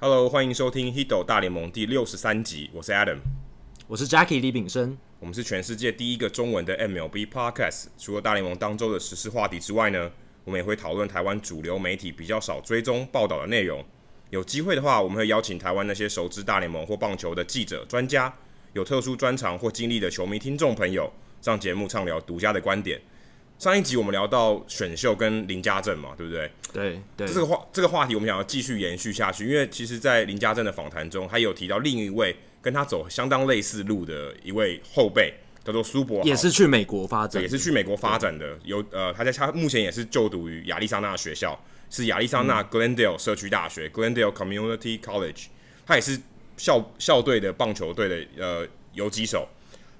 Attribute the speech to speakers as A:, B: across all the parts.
A: Hello，欢迎收听《Hido 大联盟》第六十三集，我是 Adam，
B: 我是 Jackie 李炳生。
A: 我们是全世界第一个中文的 MLB Podcast。除了大联盟当周的时事话题之外呢，我们也会讨论台湾主流媒体比较少追踪报道的内容。有机会的话，我们会邀请台湾那些熟知大联盟或棒球的记者、专家，有特殊专长或经历的球迷听众朋友上节目畅聊独家的观点。上一集我们聊到选秀跟林家正嘛，对不对？
B: 对对，
A: 这个话这个话题我们想要继续延续下去，因为其实，在林家正的访谈中，他也有提到另一位跟他走相当类似路的一位后辈，叫做苏博豪，
B: 也是去美国发
A: 对
B: 展
A: 也，是去美国发展的，有呃，他在他目前也是就读于亚利桑那学校，是亚利桑
B: 嗯
A: 那 Glendale 社区大学、Glendale Community College，他也是校校队的棒球队的呃游击手。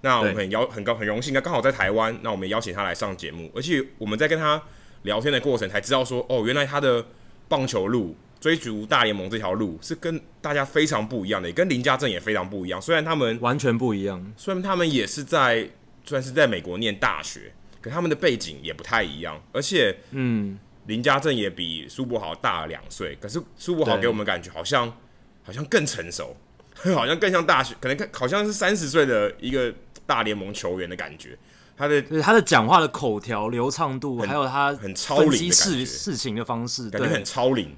A: 那我们
B: 对
A: 很邀很高很荣幸，他刚好在台湾，那我们也邀请他来上节目，而且我们在跟他聊天的过程才知道说，哦，原来他的棒球路追逐大联盟这条路是跟大家非常不一样的，也跟林家正也非常不一样。虽然他们
B: 完全不一样。
A: 虽然他们也是在虽然是在美国念大学，可他们的背景也不太一样，而且
B: 嗯，
A: 林家正也比苏博豪大了两岁，可是苏博豪
B: 对
A: 给我们感觉好像好像更成熟， 好像更像大学，可能更好像是三十岁的一个大联盟球员的感觉，他的
B: 就是他的讲话的口条流畅度，还有他
A: 很超龄的
B: 分析
A: 感觉
B: 事事情的方式，
A: 感觉
B: 对
A: 很，超龄，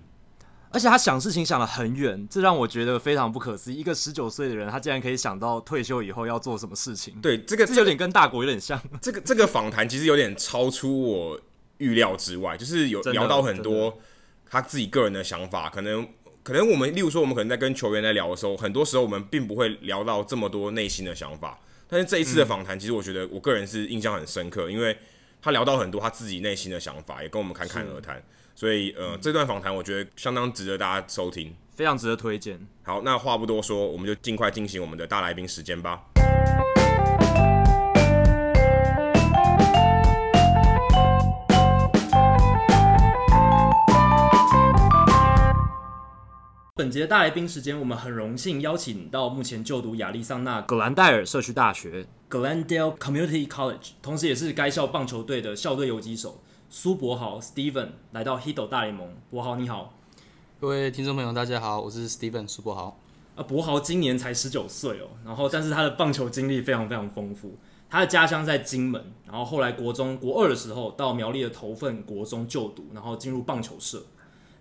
B: 而且他想事情想得很远，这让我觉得非常不可思议。一个十九岁的人，他竟然可以想到退休以后要做什么事情，，
A: 对这个
B: 这有点跟大国有点像。
A: 这个这个访谈其实有点超出我预料之外，就是有
B: 真的
A: 聊到很多他自己个人的想法，可能可能我们例如说我们可能在跟球员在聊的时候，很多时候我们并不会聊到这么多内心的想法，但是这一次的访谈，其实我觉得我个人是印象很深刻，因为他聊到很多他自己内心的想法，也跟我们侃侃而谈，所以
B: 嗯
A: 呃，这段访谈我觉得相当值得大家收听。
B: 非常值得推荐。
A: 好，那话不多说，我们就尽快进行我们的大来宾时间吧。
B: 本节大来宾时间，我们很荣幸邀请到目前就读亚利桑那格兰戴尔社区大学 （Glendale Community College），同时也是该校棒球队的校队游击手苏博豪 （Steven） 来到 Hito 大联盟。博豪你好，
C: 各位听众朋友，大家好，我是 Steven 苏博豪。
B: 啊，博豪今年才十九岁哦，然后但是他的棒球经历非常非常丰富。他的家乡在金门，然后后来国中国二的时候到苗栗的头份国中就读，然后进入棒球社。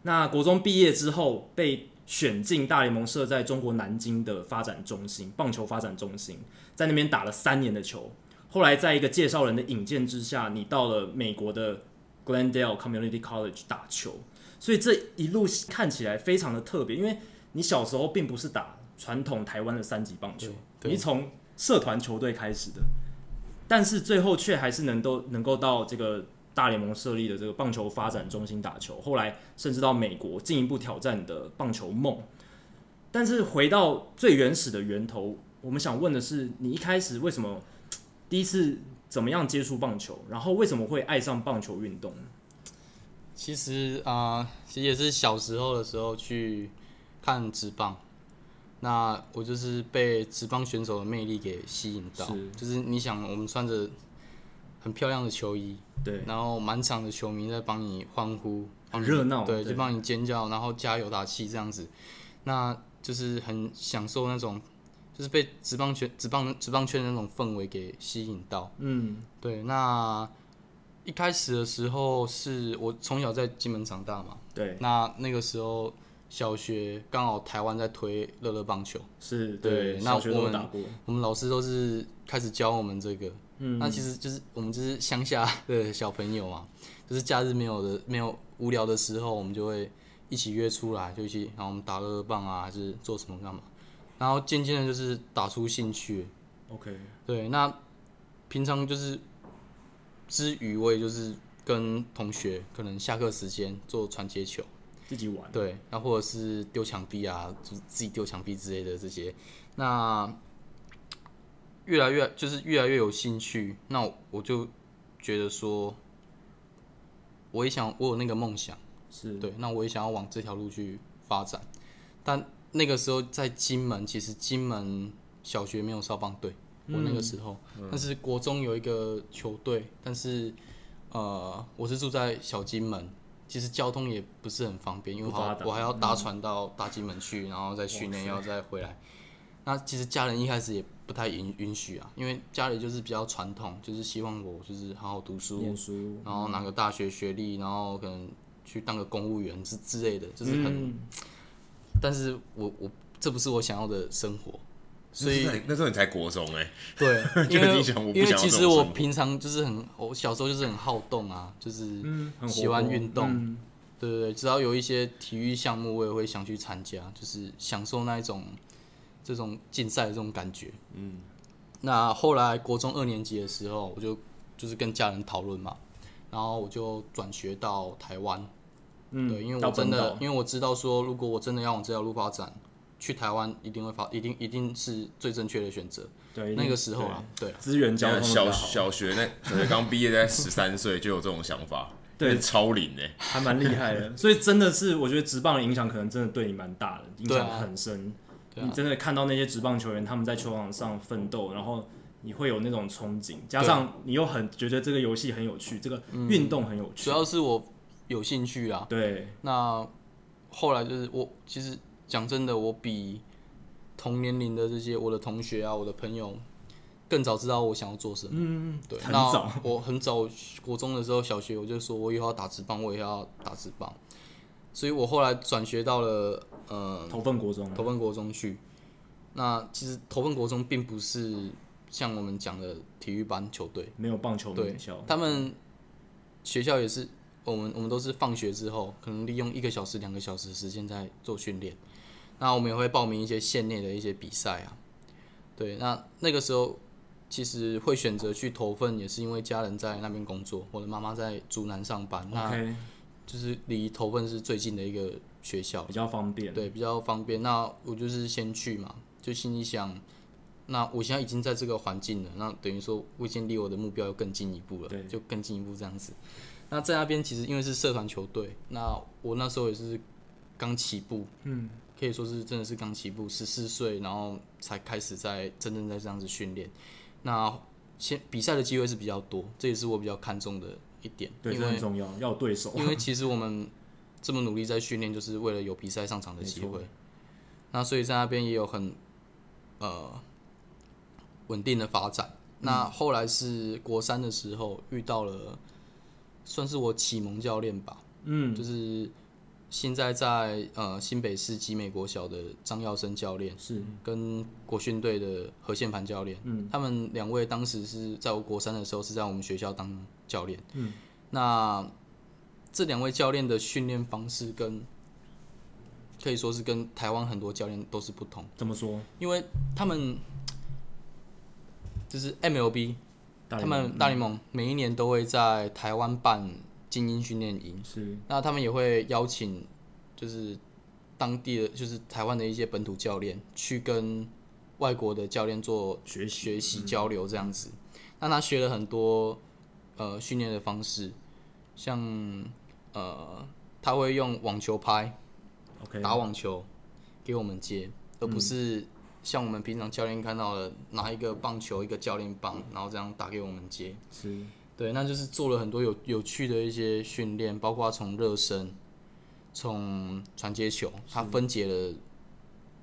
B: 那国中毕业之后被选进大联盟社在中国南京的发展中心棒球发展中心，在那边打了三年的球。后来在一个介绍人的引荐之下，你到了美国的 Glendale Community College 打球，所以这一路看起来非常的特别，因为你小时候并不是打传统台湾的三级棒球，
C: 对
B: 你从社团球队开始的，但是最后却还是能够能够到这个大联盟设立的这个棒球发展中心打球，后来甚至到美国进一步挑战你的棒球梦。但是回到最原始的源头，我们想问的是，你一开始为什么第一次怎么样接触棒球，然后为什么会爱上棒球运动呢？
C: 其实啊、呃其实也是小时候的时候去看职棒，那我就是被职棒选手的魅力给吸引到。
B: 是
C: 就是你想，我们穿着很漂亮的球衣，
B: 对，
C: 然后满场的球迷在帮你欢呼，帮你
B: 热闹
C: 对，
B: 对
C: 就帮你尖叫，然后加油打气这样子，那就是很享受那种，就是被职棒圈、职棒、职棒圈的那种氛围给吸引到。
B: 嗯，
C: 对，那一开始的时候是我从小在金门长大嘛，
B: 对，
C: 那那个时候小学刚好台湾在推乐乐棒球，
B: 是，
C: 对那
B: 小学都有
C: 我们
B: 打过，
C: 我们老师都是开始教我们这个，
B: 嗯，
C: 那其实就是我们就是乡下的小朋友嘛，就是假日没有的没有无聊的时候，我们就会一起约出来，就一起，然后我们打乐乐棒啊，还是做什么干嘛，然后渐渐的就是打出兴趣，
B: OK，
C: 对，那平常就是之余，我也就是跟同学可能下课时间做传接球，
B: 自己玩，
C: 对，那或者是丢墙壁啊，就自己丢墙壁之类的这些。那越来越就是越来越有兴趣，那我我就觉得说，我也想我有那个梦想，
B: 是，
C: 对，那我也想要往这条路去发展。但那个时候在金门，其实金门小学没有少棒队，我那
B: 嗯
C: 个时候，但是国中有一个球队，但是呃，我是住在小金门，其实交通也不是很方便，因为我
B: 不发
C: 还
B: 达嗯
C: 我还要搭船到大金门去，然后再训练，要再回来。那其实家人一开始也不太允允许啊，因为家里就是比较传统，就是希望我就是好好读书，
B: 念书，哦
C: 然后拿个大学学历，然后可能去当个公务员之之类的，就是很。
B: 嗯
C: 但是我我这不是我想要的生活，所以
A: 那时候你那时候你才国中哎、
C: 对，
A: 就
C: 因
A: 已经
C: 为
A: 想我不
C: 因为
A: 想要
C: 其
A: 这
C: 实
A: 种
C: 我
A: 生活
C: 平常就是很，我小时候就是很好动啊，就是
B: 嗯，很活
C: 喜欢
B: 泼
C: 运动，
B: 嗯
C: 对对对，只要有一些体育项目，我也会想去参加，就是享受那一种这种竞赛的这种感觉。嗯，那后来国中二年级的时候，我就就是跟家人讨论嘛，然后我就转学到台湾。
B: 嗯，
C: 对，因为
B: 到
C: 我真
B: 本
C: 的
B: 岛，
C: 因为我知道说，如果我真的要往这条路发展，去台湾一定会发，一定一定是最正确的选择。
B: 对
C: 那个时候啊，，对
B: 对资源交通
A: 小
B: 比较好
A: 小学那小学刚毕业，在十三岁就有这种想 法，
B: 对
A: 超龄哎、
B: 还蛮厉害的，所以真的是我觉得职棒的影响可能真的对你蛮大的，影
C: 对啊
B: 响很深。
C: 对啊
B: 你真的看到那些职棒球员他们在球场上奋斗，然后你会有那种憧憬，加上你又很觉得这个游戏很有趣，这个运动很有
C: 主
B: 趣，
C: 要嗯是我有兴趣啊，
B: 对，
C: 那后来就是我，其实讲真的，我比同年龄的这些我的同学啊，我的朋友更早知道我想要做什么。
B: 嗯，
C: 对，
B: 很
C: 那
B: 早，
C: 我很早，国中的时候，小学我就说我以后要打直棒，我也要打直棒，所以我后来转学到了呃
B: 投奔国中，啊
C: 投奔国中去。那其实投奔国中并不是像我们讲的体育班球队，
B: 没有棒球
C: 对
B: 名校，
C: 他们学校也是，我们我们都是放学之后，可能利用一个小时、两个小时的时间在做训练。那我们也会报名一些县内的一些比赛啊。对，那那个时候其实会选择去投份，也是因为家人在那边工作，我的妈妈在竹南上班，那
B: OK
C: 就是离投份是最近的一个学校。
B: 比较方便，
C: 对，比较方便。那我就是先去嘛，就心里想，那我现在已经在这个环境了，那等于说我已经离我的目标又更进一步了
B: 对，
C: 就更进一步这样子。那在那边其实因为是社团球队，那我那时候也是刚起步，
B: 嗯，
C: 可以说是真的是刚起步，十四岁，然后才开始在真正在这样子训练。那先比赛的机会是比较多，这也是我比较看重的一点，
B: 对，
C: 因
B: 这
C: 为
B: 很重要，要有对手，
C: 因为其实我们这么努力在训练，就是为了有比赛上场的机
B: 没
C: 会。那所以在那边也有很呃稳定的发展。那
B: 嗯
C: 后来是国三的时候遇到了，算是我启蒙教练吧，
B: 嗯，
C: 就是现在在呃新北市集美国小的张耀生教练，
B: 是
C: 跟国训队的何宪盘教练，
B: 嗯，
C: 他们两位当时是在我国三的时候是在我们学校当教练，
B: 嗯，
C: 那这两位教练的训练方式跟可以说是跟台湾很多教练都是不同，
B: 怎么说？
C: 因为他们就是 MLB，
B: 大
C: 他
B: 联盟
C: 们大联盟每一年都会在台湾办精英训练营，
B: 是
C: 那他们也会邀请就是当地的就是台湾的一些本土教练去跟外国的教练做
B: 学习嗯
C: 学习交流这样子。那他学了很多呃训练的方式，像呃他会用网球拍
B: OK，嗯
C: 打网球给我们接，而不是像我们平常教练看到的拿一个棒球一个教练棒，然后这样打给我们接。
B: 是
C: 对，那就是做了很多有有趣的一些训练，包括从热身，从传接球，它分解了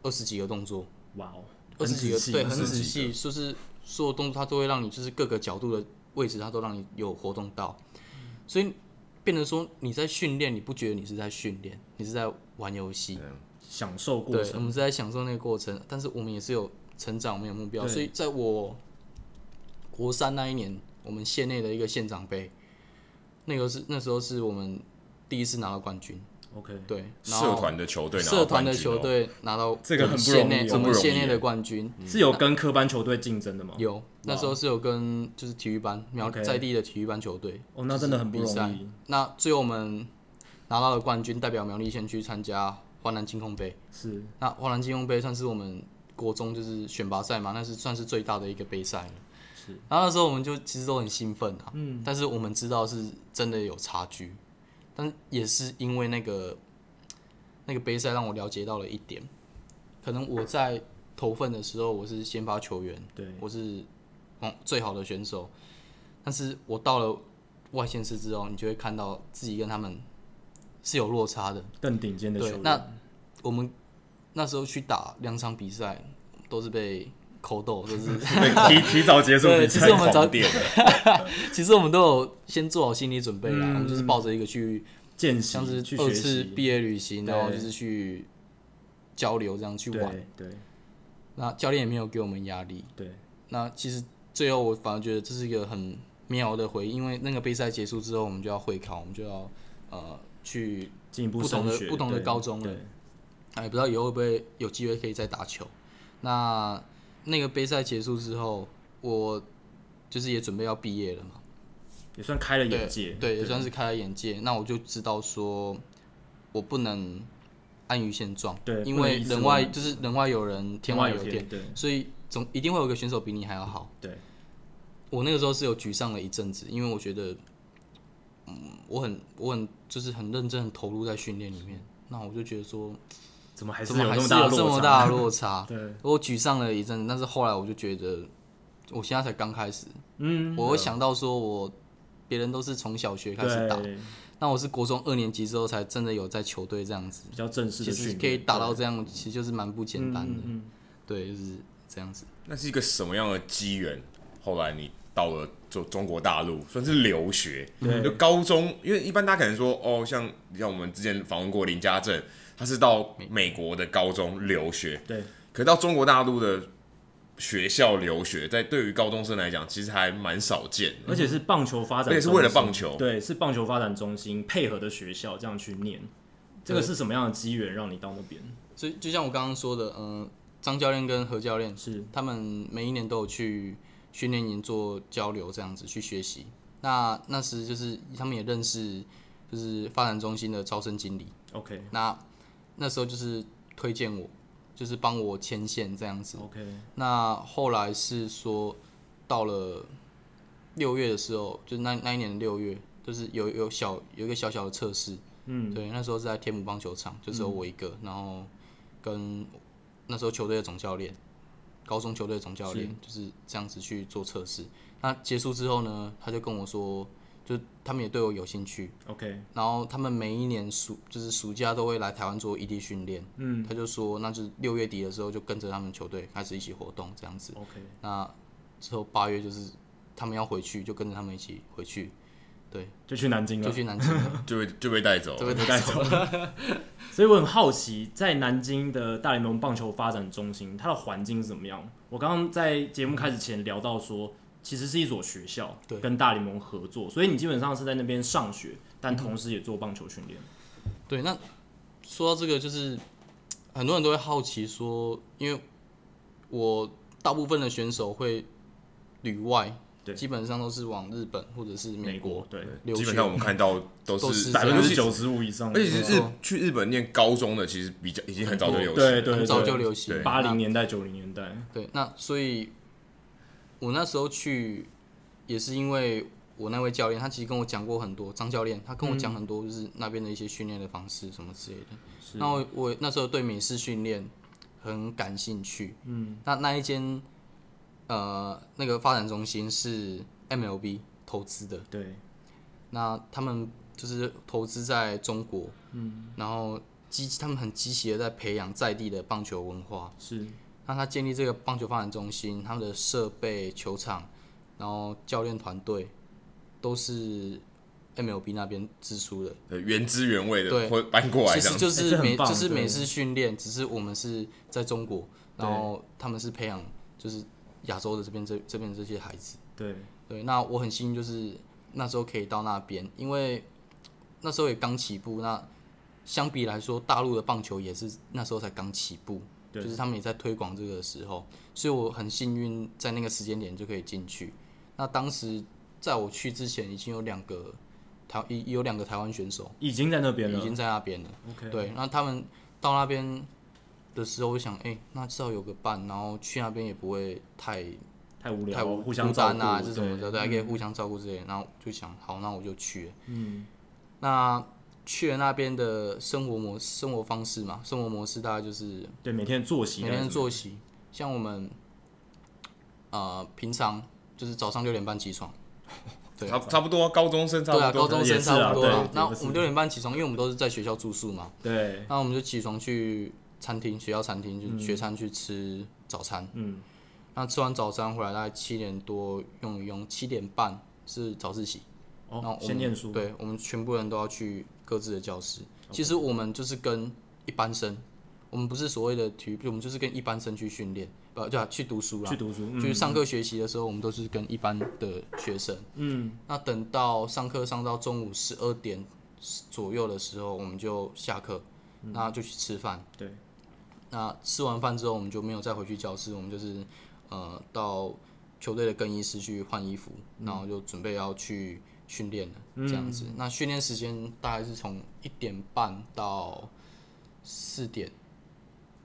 C: 二十几个动作，
B: 哇哦，
C: 二十几个对，很
A: 20
C: 仔
A: 几
C: 细，就是所有动作它都会让你就是各个角度的位置，它都让你有活动到，所以变得说你在训练，你不觉得你是在训练，你是在玩游戏，
B: 享受过
C: 对，
B: 程
C: 我。们是在享受那个过程，但是我们也是有成长，我们有目标，
B: 对
C: 所以在我国三那一年，我们县内的一个县长杯，那个是那时候是我们第一次拿到冠军，
B: OK，
C: 对，然后
A: 社团的球队，
C: 社团的
A: 哦
C: 球，队拿到
A: 这个很不
C: 县
A: 容
C: 内
A: 易哦不
C: 我们
A: 容易
C: 县内
A: 耶哦
C: 的冠军，
B: 是有跟科班球队竞争的吗？
C: 有那时候是有跟就是体育班苗
B: OK
C: 在地的体育班球队，
B: 哦，那真的很不容
C: 比赛
B: 易。
C: 那最后我们拿到了冠军，代表苗栗县去参加华南金控杯。
B: 是
C: 那华南金融杯算是我们国中就是选拔赛嘛，那是算是最大的一个杯赛了。
B: 是，
C: 然后那时候我们就其实都很兴奋啊，
B: 嗯，
C: 但是我们知道是真的有差距，但也是因为那个那个杯赛让我了解到了一点，可能我在投份的时候我是先发球员，
B: 对，
C: 我是嗯最好的选手，但是我到了外县市之后，你就会看到自己跟他们是有落差的。
B: 更顶尖的球
C: 对
B: 员，。
C: 那我们那时候去打两场比赛，都是被扣斗，就是
A: 提提早结束
C: 对
A: 比
C: 其实
A: 赛
C: 我们早
A: 狂点，
C: 其实我们都有先做好心理准备啦，我们就是抱着一个去
B: 见习
C: 像是
B: 嗯去
C: 二
B: 学
C: 次
B: 习，
C: 毕业旅行，然后
B: 对
C: 就是去交流这样去玩。
B: 对对
C: 那教练也没有给我们压力。
B: 对，
C: 那其实最后我反而觉得这是一个很妙的回忆，因为那个杯赛结束之后，我们就要会考，我们就要呃去
B: 进一步
C: 不同的
B: 升学
C: 不同的
B: 对
C: 高中了
B: 对
C: 哎，不知道以后会不会有机会可以再打球。那那个杯赛结束之后，我就是也准备要毕业了嘛，
B: 也算开了
C: 对
B: 眼界，
C: 对，也算是开了眼界。那我就知道说，我不能安于现状，
B: 对
C: 因
B: 不能
C: 为
B: 一直
C: 人
B: 往
C: 外就是人外有人，天
B: 外
C: 有
B: 天，对
C: 所以总一定会有一个选手比你还要好。
B: 对，
C: 我那个时候是有沮丧了一阵子，因为我觉得，嗯，我很我很就是很认真、很投入在训练里面。那我就觉得说，
B: 怎么还是
C: 怎么
B: 有
C: 还
B: 那么
C: 是
B: 大
C: 有
B: 的
C: 这
B: 落
C: 么
B: 差？
C: 大 的落差？
B: 对，
C: 我沮丧了一阵子，但是后来我就觉得，我现在才刚开始，
B: 嗯，
C: 我会想到说我别人都是从小学开始打，
B: 对
C: 那我是国中二年级之后才真的有在球队这样子，
B: 比较正式
C: 其
B: 的
C: 实
B: 训
C: 可以
B: 练，
C: 打到这样，其实就是蛮不简单的，
B: 嗯嗯
C: 对，就是这样子。
A: 那是一个什么样的机缘？后来你到了中中国大陆，算是留学，
B: 对
A: 就高中，因为一般大家可能说，哦，像像我们之前访问过林家正，他是到美国的高中留学，
B: 对，
A: 可到中国大陆的学校留学，在对于高中生来讲，其实还蛮少见的。
B: 而且是棒球发展，
A: 而且是为了棒球
B: 对，是棒球发展中心配合的学校这样去念，这个是什么样的机缘让你到那边？
C: 所以就像我刚刚说的，嗯、张教练跟何教练
B: 是
C: 他们每一年都有去训练营做交流，这样子去学习。那那时就是他们也认识，就是发展中心的招生经理。
B: OK
C: 那那时候就是推荐我，就是帮我牵线这样子。
B: OK，
C: 那后来是说到了六月的时候，就是那那一年的六月，就是有有小有一个小小的测试，
B: 嗯，
C: 对，那时候是在天母棒球场，就只有我一个，然后跟那时候球队的总教练，高中球队的总教练，就是这样子去做测试。那结束之后呢，他就跟我说，就他们也对我有兴趣，
B: OK，
C: 然后他们每一年暑就是暑假都会来台湾做异地训练，
B: 嗯
C: 他就说，那就是六月底的时候就跟着他们球队开始一起活动这样子。
B: ，OK，
C: 那之后八月就是他们要回去，就跟着他们一起回去，
B: 就去南京了
C: 就。去南京 了，
A: 就被就被带走
C: 就
A: 了。
C: 被
B: 被
C: 带
B: 带
C: 走。
B: 走了 所以我很好奇，在南京的大联盟棒球发展中心，它的环境是怎么样？我刚刚在节目开始前聊到说，其实是一所学校，
C: 对
B: 跟大联盟合作，所以你基本上是在那边上学，但同时也做棒球训练。
C: 对，那说到这个，就是很多人都会好奇说，因为我大部分的选手会旅外，
B: 对
C: 基本上都是往日本或者是
B: 美
C: 美
B: 国对，
C: 留
A: 基
C: 学
A: 本上我们看 到都
C: 都
A: 是
C: 是
B: 百
C: 这
B: 分
C: 样
B: 之九，十五以上，
A: 而且是
C: 没
A: 日
C: 错
A: 去日本念高中的，其实比较已经很早就有
B: 哎对对
C: 很早就流行
A: 对，
B: 八零年代、九零年代，
C: 对，那所以，我那时候去也是因为我那位教练，他其实跟我讲过很多，张教练他跟我讲很多，就是那边的一些训练的方式什么之类的。
B: 是
C: 那我我那时候对美式训练很感兴趣，嗯，那那一间呃那个发展中心是 MLB 投资的，
B: 对，
C: 那他们就是投资在中国，嗯，然后积他们很积极的在培养在地的棒球文化，
B: 是
C: 那他建立这个棒球发展中心，他们的设备、球场，然后教练团队，都是 MLB 那边支出的。
A: 呃原汁原味的
C: 对
A: 会搬过来
C: 其
A: 这
C: 实
A: 样
C: 就
B: 哎
C: 是
B: 这很
C: 美，
B: 棒
C: 就是
B: 对
C: 美式训练，只是我们是在中国，
B: 对
C: 然后他们是培养就是亚洲的这边这这边的这些孩子。
B: 对，
C: 对，那我很幸运，就是那时候可以到那边，因为那时候也刚起步。那相比来说，大陆的棒球也是那时候才刚起步，
B: 对
C: 就是他们也在推广这个的时候，所以我很幸运在那个时间点就可以进去。那当时在我去之前，已经有两个台已有两个台湾选手
B: 已经在那边
C: 已
B: 了
C: 经在那边了。
B: ，OK，
C: 对，那他们到那边的时候，我想，哎、那至少有个伴，然后去那边也不会太
B: 太无
C: 太
B: 聊，
C: 无
B: 互相
C: 孤
B: 照
C: 单
B: 顾
C: 啊，还是什么的，对，还可以
B: 嗯
C: 互相照顾之类的。然后就想，好，那我就去了。
B: 嗯，
C: 那去了那边的生活模生活方式嘛，生活模式大概就是
B: 对，每天的作息
C: 每
B: 大概怎么样，
C: 天的作息，像我们呃平常就是早上六点半起床，对
A: 差差不多高中生差
C: 对啊，
A: 不
C: 高
A: 多，
C: 中
B: 也
C: 生
B: 是啊
C: 差不多
B: 对
C: 啦。那
B: 也是
C: 我们六点半起床，因为我们都是在学校住宿嘛，
B: 对，
C: 那我们就起床去餐厅，学校餐厅就学餐去吃早餐。
B: 嗯，
C: 那吃完早餐回来大概七点多用一用，七点半是早自习。然后
B: 哦，
C: 我
B: 先
C: 们
B: 念书，
C: 对我们全部人都要去各自的教室。其实我们就是跟一般生，我们不是所谓的体育，我们就是跟一般生去训练，不对啊，去读书啦
B: 去。嗯读书，
C: 就是上课学习的时候，我们都是跟一般的学生。
B: 嗯，
C: 那等到上课上到中午十二点左右的时候，我们就下课，
B: 嗯
C: 那就去吃饭。
B: 对，
C: 那吃完饭之后，我们就没有再回去教室，我们就是呃到球队的更衣室去换衣服，然后就准备要去训练了，这样
B: 嗯
C: 子。那训练时间大概是从一点半到四点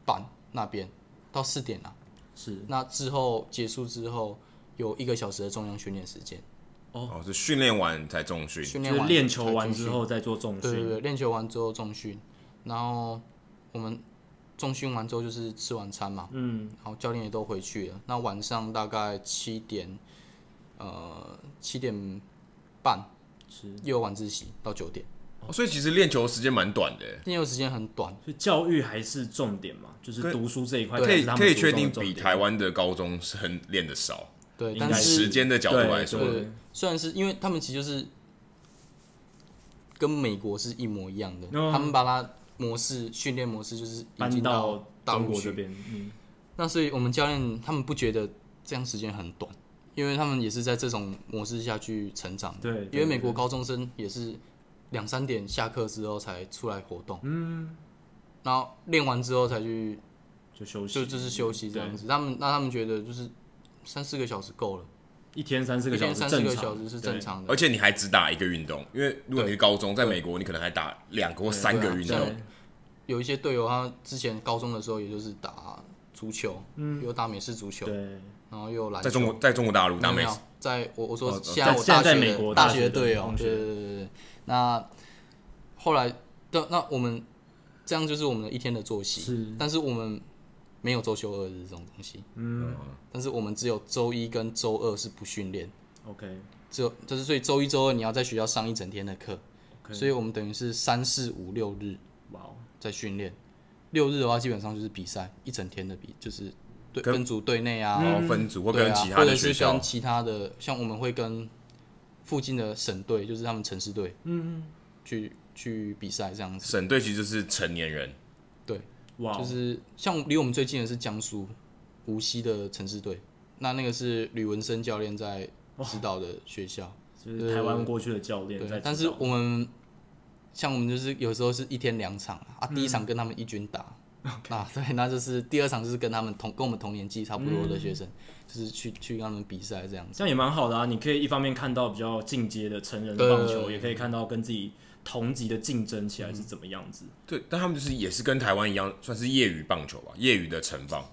C: 半那边，到四点啦。
B: 是
C: 那之后结束之后，有一个小时的重量训练时间，
A: 哦，是训练完才重训，
C: 训
B: 就
C: 练
B: 是
C: 完
B: 练球完
C: 才重训
B: 之后再做重
C: 对对
B: 训，
C: 对，练球完之后重训，然后我们重训完之后就是吃晚餐嘛，
B: 嗯，
C: 然后教练也都回去了。那晚上大概七点，呃，七点半
B: 是，
C: 又有晚自习到九点，
A: 哦所以其实练球时间蛮短的，
C: 练球时间很短，
B: 所以教育还是重点嘛，就是读书这一块才
A: 可以
B: 是他们
A: 可以
B: 着
A: 确
B: 重的
A: 定
B: 重
A: 比
B: 点
A: 台湾的高中生练的少，
C: 对，
B: 应
C: 但
B: 该
C: 是
B: 是
A: 时间的角度
B: 对
A: 来说，
B: 对
C: 对，虽然是因为他们其实就是跟美国是一模一样的，
B: 哦
C: 他们把它模式训练模式就是引
B: 搬
C: 进
B: 到
C: 大
B: 中
C: 陆
B: 国
C: 去
B: 这。边，嗯，
C: 那所以我们教练他们不觉得这样时间很短，因为他们也是在这种模式下去成长的。
B: 对对
C: 因为美国高中生也是两三点下课之后才出来活动，嗯，然后练完之后才去
B: 就休息，
C: 就就是休息这样子。他们那他们觉得就是三四个小时够了，
B: 一天三四
C: 一
B: 个小
C: 天
B: 时，
C: 三四个小时是正。常的。
A: 而且你还只打一个运动，因为如果你是高中，在美国你可能还打两个或三个运
B: 对
A: 动，
C: 像有一些队友他之前高中的时候也就是打足球，嗯，有打美式足球，
B: 对，
C: 然后又有篮球
A: 在。中国在中国大陆打
C: 没
A: 美
C: 有，在我我
A: 哦
C: 说现
B: 在
C: 我
B: 现在
C: 大
B: 在
C: 学
B: 美
C: 的
B: 国
C: 大
B: 大学
C: 学
B: 的
C: 队友哦
B: 同，
C: 对对对对对。那后来的那我们这样就是我们的一天的作息，
B: 是
C: 但是我们没有周休二日这种东西，
B: 嗯
C: 但是我们只有周一跟周二是不训练，
B: ，OK，
C: 只有就是所以周一周二你要在学校上一整天的课
B: OK
C: 所以我们等于是三四五六日
B: 哇哦，
C: 在训练，六日的话基本上就是比赛一整天的比就是对
A: 跟
C: 跟组队内啊，
A: 然后分组或
C: 对
A: 跟
C: 啊，
A: 其他
C: 或
A: 的
C: 者
A: 学
C: 是
A: 校
C: 跟，其他的，像我们会跟附近的省队，就是他们城市队，嗯，去去比赛这样子。
A: 省队其实就是成年人，
C: 对，
B: 哇
C: 就
B: 哦，
C: 是像离我们最近的是江苏无锡的城市队，那那个是吕文生教练在指导的学校，
B: 就是台湾过去的教练在
C: 对
B: 指导，。
C: 但是我们像我们就是有时候是一天两场啊啊，第一场跟他们一军 打。啊，对，那就是第二场就是跟他们同跟我们同年纪差不多的学生，就是去去跟他们比赛这样子。
B: 这样也蛮好的啊！你可以一方面看到比较进阶的成人
C: 对
B: 棒球，
C: 对嗯
B: 也可以看到跟自己同级的竞争起来是怎么样子。
A: 对，但他们就是也是跟台湾一样，算是业余棒球吧，业余的城棒，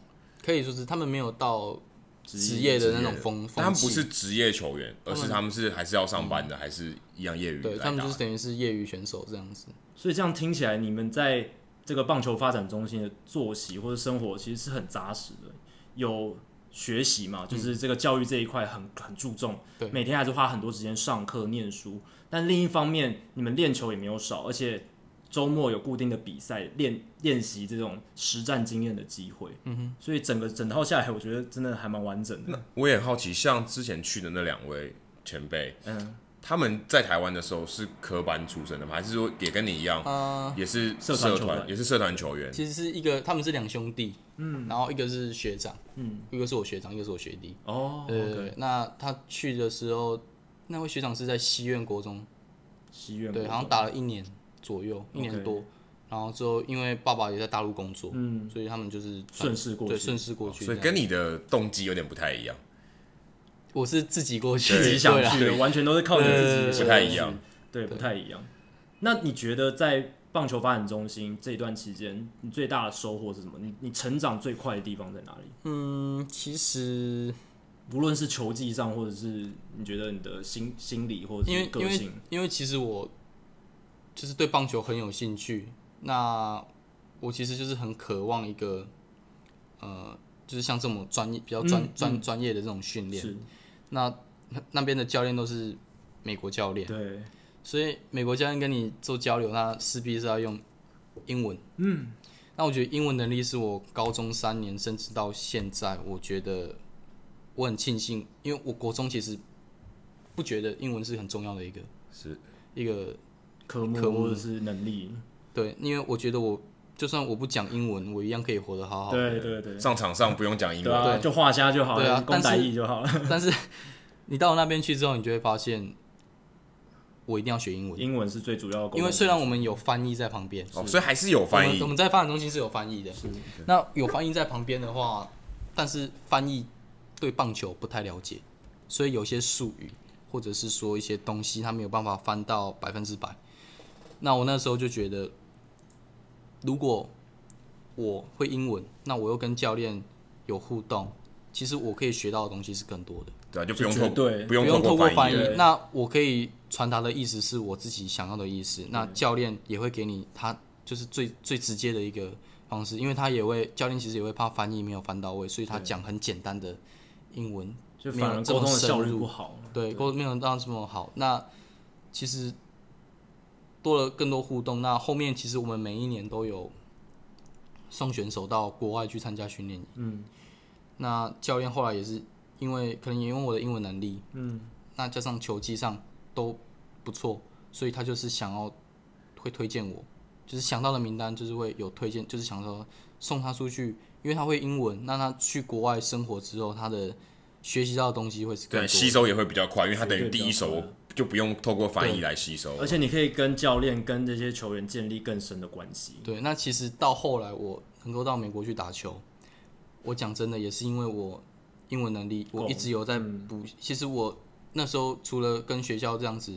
C: 可以说是他们没有到
B: 职
C: 职
B: 业
C: 业
A: 职
C: 的那
A: 业
C: 种
A: 的
C: 嗯风风
A: 但他们
C: 气，
A: 不是职业球员，而是他们是还是要上班的，还是一样业余
C: 对
A: 来啊
C: 他们
A: 打
C: 就是。等于是业余选手这样子。
B: 所以这样听起来，你们在这个棒球发展中心的作息或者生活其实是很扎实的，有学习嘛，就是这个教育这一块很很注重，
C: 嗯对
B: 每天还是花很多时间上课念书。但另一方面，你们练球也没有少，而且周末有固定的比赛练练习这种实战经验的机会。嗯哼，所以整个整套下来，我觉得真的还蛮完整的。
A: 我也很好奇，像之前去的那两位前辈，
B: 嗯，
A: 他们在台湾的时候是科班出身的吗？还是说也跟你一样，
C: 啊，
A: 也是
B: 社团
A: 社
B: 球
A: 团，
B: 员
A: 也是社团球员？
C: 其实是一个他们是两兄弟，嗯，然后一个是学长，嗯，一个是我学长，一个是我学弟。
B: 哦
C: 对，那他去的时候，那位学长是在西苑国中，
B: 西苑
C: 对，
B: 国
C: 好像
B: 中
C: 打了一年左右，一年多。然后之后，因为爸爸也在大陆工作，嗯，所以他们就是
B: 顺势过
C: 对
B: 去，
C: 顺势过去这
A: 哦所以
C: 样。
A: 跟你的动机有点不太一样，
C: 我是自己过去，
B: 自己想
C: 对啦
B: 去的，完全都是靠你自己的
C: 对
A: 不
B: 想
A: 太
B: 法
A: 一样。
B: 对，不太一样。那你觉得在棒球发展中心这一段期间，你最大的收获是什么？你你成长最快的地方在哪里？
C: 嗯，其实
B: 无论是球技上，或者是你觉得你的心心理，或者
C: 因
B: 是
C: 为因
B: 个
C: 为
B: 性，
C: 因为其实我就是对棒球很有兴趣，那我其实就是很渴望一个呃，就是像这种专业比较专
B: 嗯
C: 专专业的这种训练。
B: 是
C: 那那那边的教练都是美国教练，
B: 对，
C: 所以美国教练跟你做交流，那势必是要用英文。嗯，那我觉得英文能力是我高中三年，甚至到现在，我觉得我很庆幸，因为我国中其实不觉得英文是很重要的一个
A: 是
C: 一个
B: 科目
C: 科目
B: 或者是能力，
C: 对，因为我觉得我就算我不讲英文，我一样可以活得好好。
B: 对对对，
A: 上场上不用讲英
B: 对
A: 文，
B: 啊，
C: 对
B: 就画虾就好
C: 对啊
B: 了，公
C: 但
B: 仔
C: 是
B: 艺就好了，
C: 但是你到那边去之后，你就会发现，我一定要学英文，
B: 英文是最主要的功能，
C: 因为虽然我们有翻译在旁边，
A: 哦，所以还是有翻
C: 我们我
A: 译，
C: 们在发展中心是有翻译的。那有翻译在旁边的话，但是翻译对棒球不太了解，所以有些术语或者是说一些东西，他没有办法翻到百分之百。那我那时候就觉得，如果我会英文，那我又跟教练有互动，其实我可以学到的东西是更多的，
A: 对啊，就不用
B: 就
A: 透
B: 绝对
A: 不
C: 不
A: 用
C: 用透
A: 透
C: 过
A: 翻
C: 翻
A: 译
C: 译
A: 了，
B: 对。
C: 那我可以传达的意思是我自己想要的意思，那教练也会给你他就是最最直接的一个方式，因为他也会教练其实也会怕翻译没有翻到位，所以他讲很简单的英文，
B: 就
C: 没有
B: 反而
C: 这
B: 沟
C: 么
B: 通的
C: 深
B: 效率
C: 入
B: 不好了，
C: 对，沟通没有到这么好。那其实多了更多互动。那后面其实我们每一年都有送选手到国外去参加训练营。嗯，那教练后来也是因为可能也因为我的英文能力，嗯，那加上球技上都不错，所以他就是想要会推荐我，就是想到的名单就是会有推荐，就是想说送他出去，因为他会英文，那他去国外生活之后，他的学习到的东西会是更
A: 对，
C: 多的。
A: 吸收也会比较快，因为它等于第一
B: 对
A: 手
B: 比较
A: 就不用透过翻译来吸收。
B: 而且你可以跟教练、跟这些球员建立更深的关系。
C: 对，那其实到后来我能够到美国去打球，我讲真的也是因为我英文能力，我
B: 够
C: 一直有在补。其实我那时候除了跟学校这样子，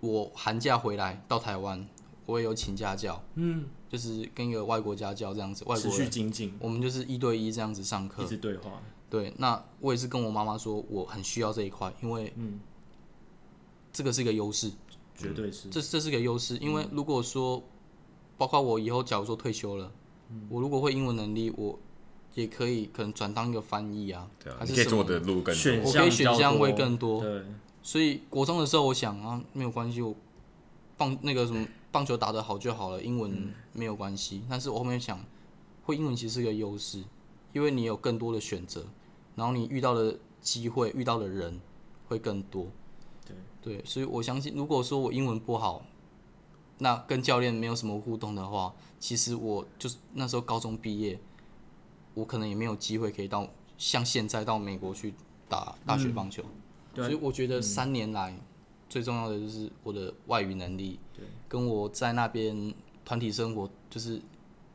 C: 我寒假回来到台湾，我也有请家教，嗯，就是跟一个外国家教这样子，外
B: 持
C: 国
B: 续
C: 人，
B: 精进，
C: 我们就是一对一这样子上课
B: 一。直对话，
C: 对，那我也是跟我妈妈说，我很需要这一块，因为嗯，这个是一个优势。
B: 绝对是。
C: 这这是个优势，因
A: 嗯
C: 为如果说，包括我以后假如说退休了，
A: 嗯
C: 我如果会英文能力，我也可以可能转当一个翻译啊，
A: 对啊，
C: 还
A: 你
C: 是
A: 可以
C: 什么
A: 做的路更多。
B: 选
C: 我可以
B: 比较
C: 选项会
B: 多
C: 更多。
B: 对，
C: 所以国中的时候，我想啊，没有关系，我棒那个什么棒球打得好就好了，英
A: 嗯
C: 文没有关系。但是我后面想，会英文其实是个优势，因为你有更多的选择，然后你遇到的机会、遇到的人会更多。对对，所以我相信，如果说我英文不好，那跟教练没有什么互动的话，其实我就是那时候高中毕业，我可能也没有机会可以到像现在到美国去打大学棒球。
B: 对
C: 所以我觉得三年来、最重要的就是我的外语能力，对，跟我在那边团体生活，就是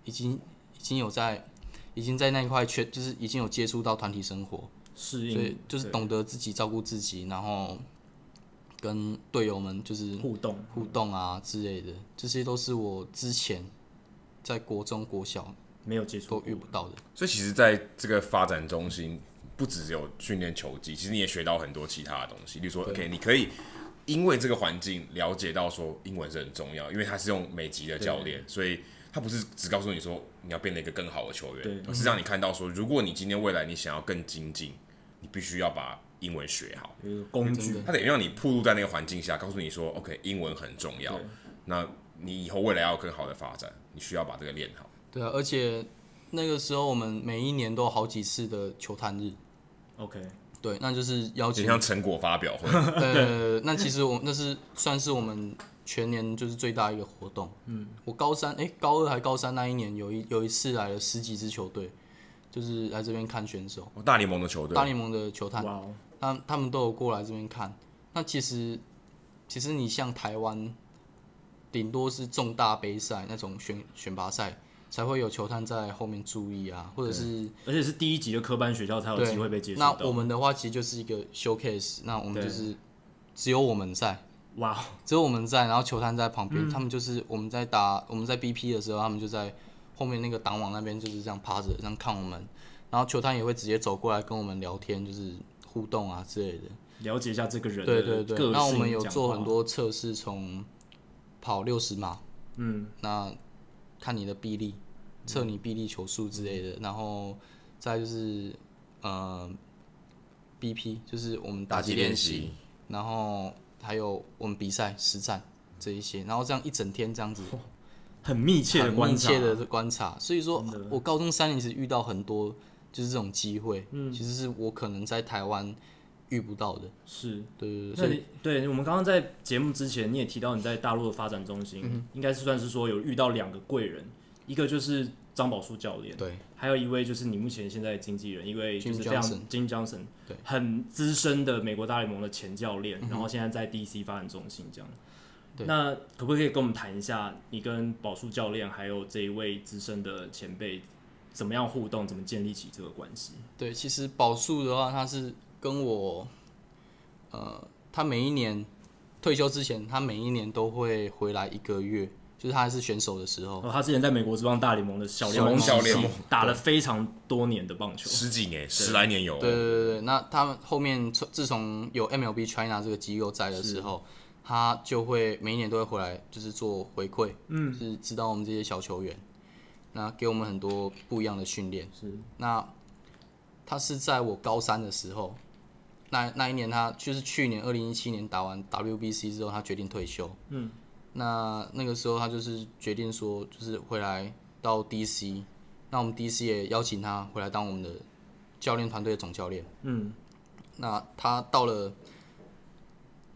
C: 已经已经有在已经在那一块圈，就是已经有接触到团体生活，
B: 适
C: 所以
B: 应
C: 就是懂得自己照顾自己，然后跟队友们就是
B: 互动，
C: 互动啊之类的，这些都是我之前在国中、国小
B: 没有接触
C: 都
B: 过
C: 遇不到的。
A: 所以其实在这个发展中心，不只有训练球技，其实你也学到很多其他的东西。例如说，OK，你可以因为这个环境了解到说英文是很重要，因为他是用美籍的教练，所以他不是只告诉你说你要变得一个更好的球员
B: 对，
A: 而是让你看到说，如果你今天未来你想要更精进，你必须要把英文学好。
B: 有一个工具，
A: 他等于让你暴露在那个环境下，告诉你说，OK，英文很重要
B: 对。
A: 那你以后未来要有更好的发展，你需要把这个练好。
C: 对啊，而且那个时候我们每一年都有好几次的球探日，
B: OK，
C: 对，那就是邀
A: 有
C: 请
A: 点像成果发表会，
C: 呃，那其实我那是算是我们全年就是最大一个活动。嗯，我高三哎、高二还高三那一年，有一有一次来了十几支球队，就是来这边看选手，
A: 哦大联盟的球队
C: 大，联盟的球探，
B: 哇哦，
C: 他他们都有过来这边看。那其实其实你像台湾，顶多是重大杯赛那种选选拔赛才会有球探在后面注意啊，或者是
B: 而且是第一级的科班学校才有
C: 对
B: 机会被接触
C: 那
B: 到。
C: 我们的话其实就是一个 showcase，那我们
B: 对
C: 就是只有我们在。
B: 哇哦，
C: 只有我们在，然后球探在旁
B: 嗯
C: 边，他们就是我们在打我们在 BP 的时候，他们就在后面那个挡网那边就是这样趴着，这样看我们，然后球探也会直接走过来跟我们聊天，就是互动啊之类的。
B: 了解一下这个人的
C: 对对
B: 个
C: 对，
B: 性
C: 那我们有做
B: 讲话
C: 很多测试，从跑六十码，嗯，那看你的臂力，测你臂力球速之类的，然后再就是呃 BP，就是我们
A: 打
C: 打
A: 击
C: 击
A: 练
C: 练
A: 习
C: 习，然后还有我们比赛实战这一些，然后这样一整天这样子，
B: 很密切的
C: 很
B: 观
C: 密
B: 察，
C: 切的观察。所以说
B: 真的
C: 我高中三年其实遇到很多就是这种机会，
B: 嗯
C: 其实是我可能在台湾遇不到的。
B: 是。
C: 对对对，
B: 那
C: 所以
B: 你对我们刚刚在节目之前，你也提到你在大陆的发展中心，
C: 嗯
B: 应该是算是说有遇到两个贵人，一个就是张宝树教练，
C: 对
B: 还有一位就是你目前现在的经纪人，一位就是
C: Jim
B: 非常
C: Johnson
B: Jim Johnson，
C: 对嗯
B: 很资深的美国大联盟的前教练，然后现在在 DC 发展中心这样。
C: 对
B: 那可不可以跟我们谈一下，你跟宝树教练还有这一位资深的前辈怎么样互动，怎么建立起这个关系？
C: 对，其实宝树的话，他是跟我，呃，他每一年退休之前，他每一年都会回来一个月，就是他还是选手的时候。
B: 哦，他之前在美国职棒大联盟的小联盟
A: 小
B: 时期
A: 联盟
B: 打了非常多年的棒球，
A: 十几年、十来年有哦，
C: 对对对对，那他们后面从自从有 MLB China 这个机构在的时候，他就会每一年都会回来，就是做回馈，嗯，就是指导我们这些小球员，那给我们很多不一样的训练。
B: 是
C: 那他是在我高三的时候，那那一年他就是去年二零一七年打完 WBC 之后，他决定退休。嗯，那那个时候他就是决定说，就是回来到 DC，那我们 DC 也邀请他回来当我们的教练团队的总教练。
B: 嗯，
C: 那他到了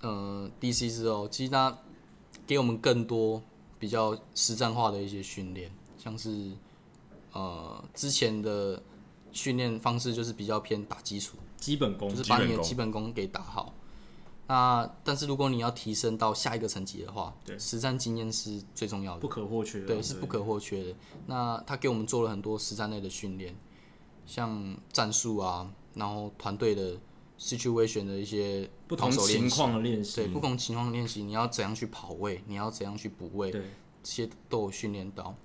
C: 呃 DC 之后，其实他给我们更多比较实战化的一些训练，像是呃之前的训练方式就是比较偏打基础，
B: 基本功
C: 就是
A: 基
C: 把
A: 本
C: 你的
A: 功
C: 基本功给打好。那但是如果你要提升到下一个层级的话，
B: 对
C: 实战经验是最重要的。
B: 不可或缺啊，
C: 对，是不可或缺的。那他给我们做了很多实战类的训练，像战术啊，然后团队的 situation 的一些
B: 不同
C: 防守
B: 情
C: 练习，
B: 况嗯的练习，
C: 对不同情况的练习，你要怎样去跑位，你要怎样去补位，
B: 对，
C: 这些都有训练到。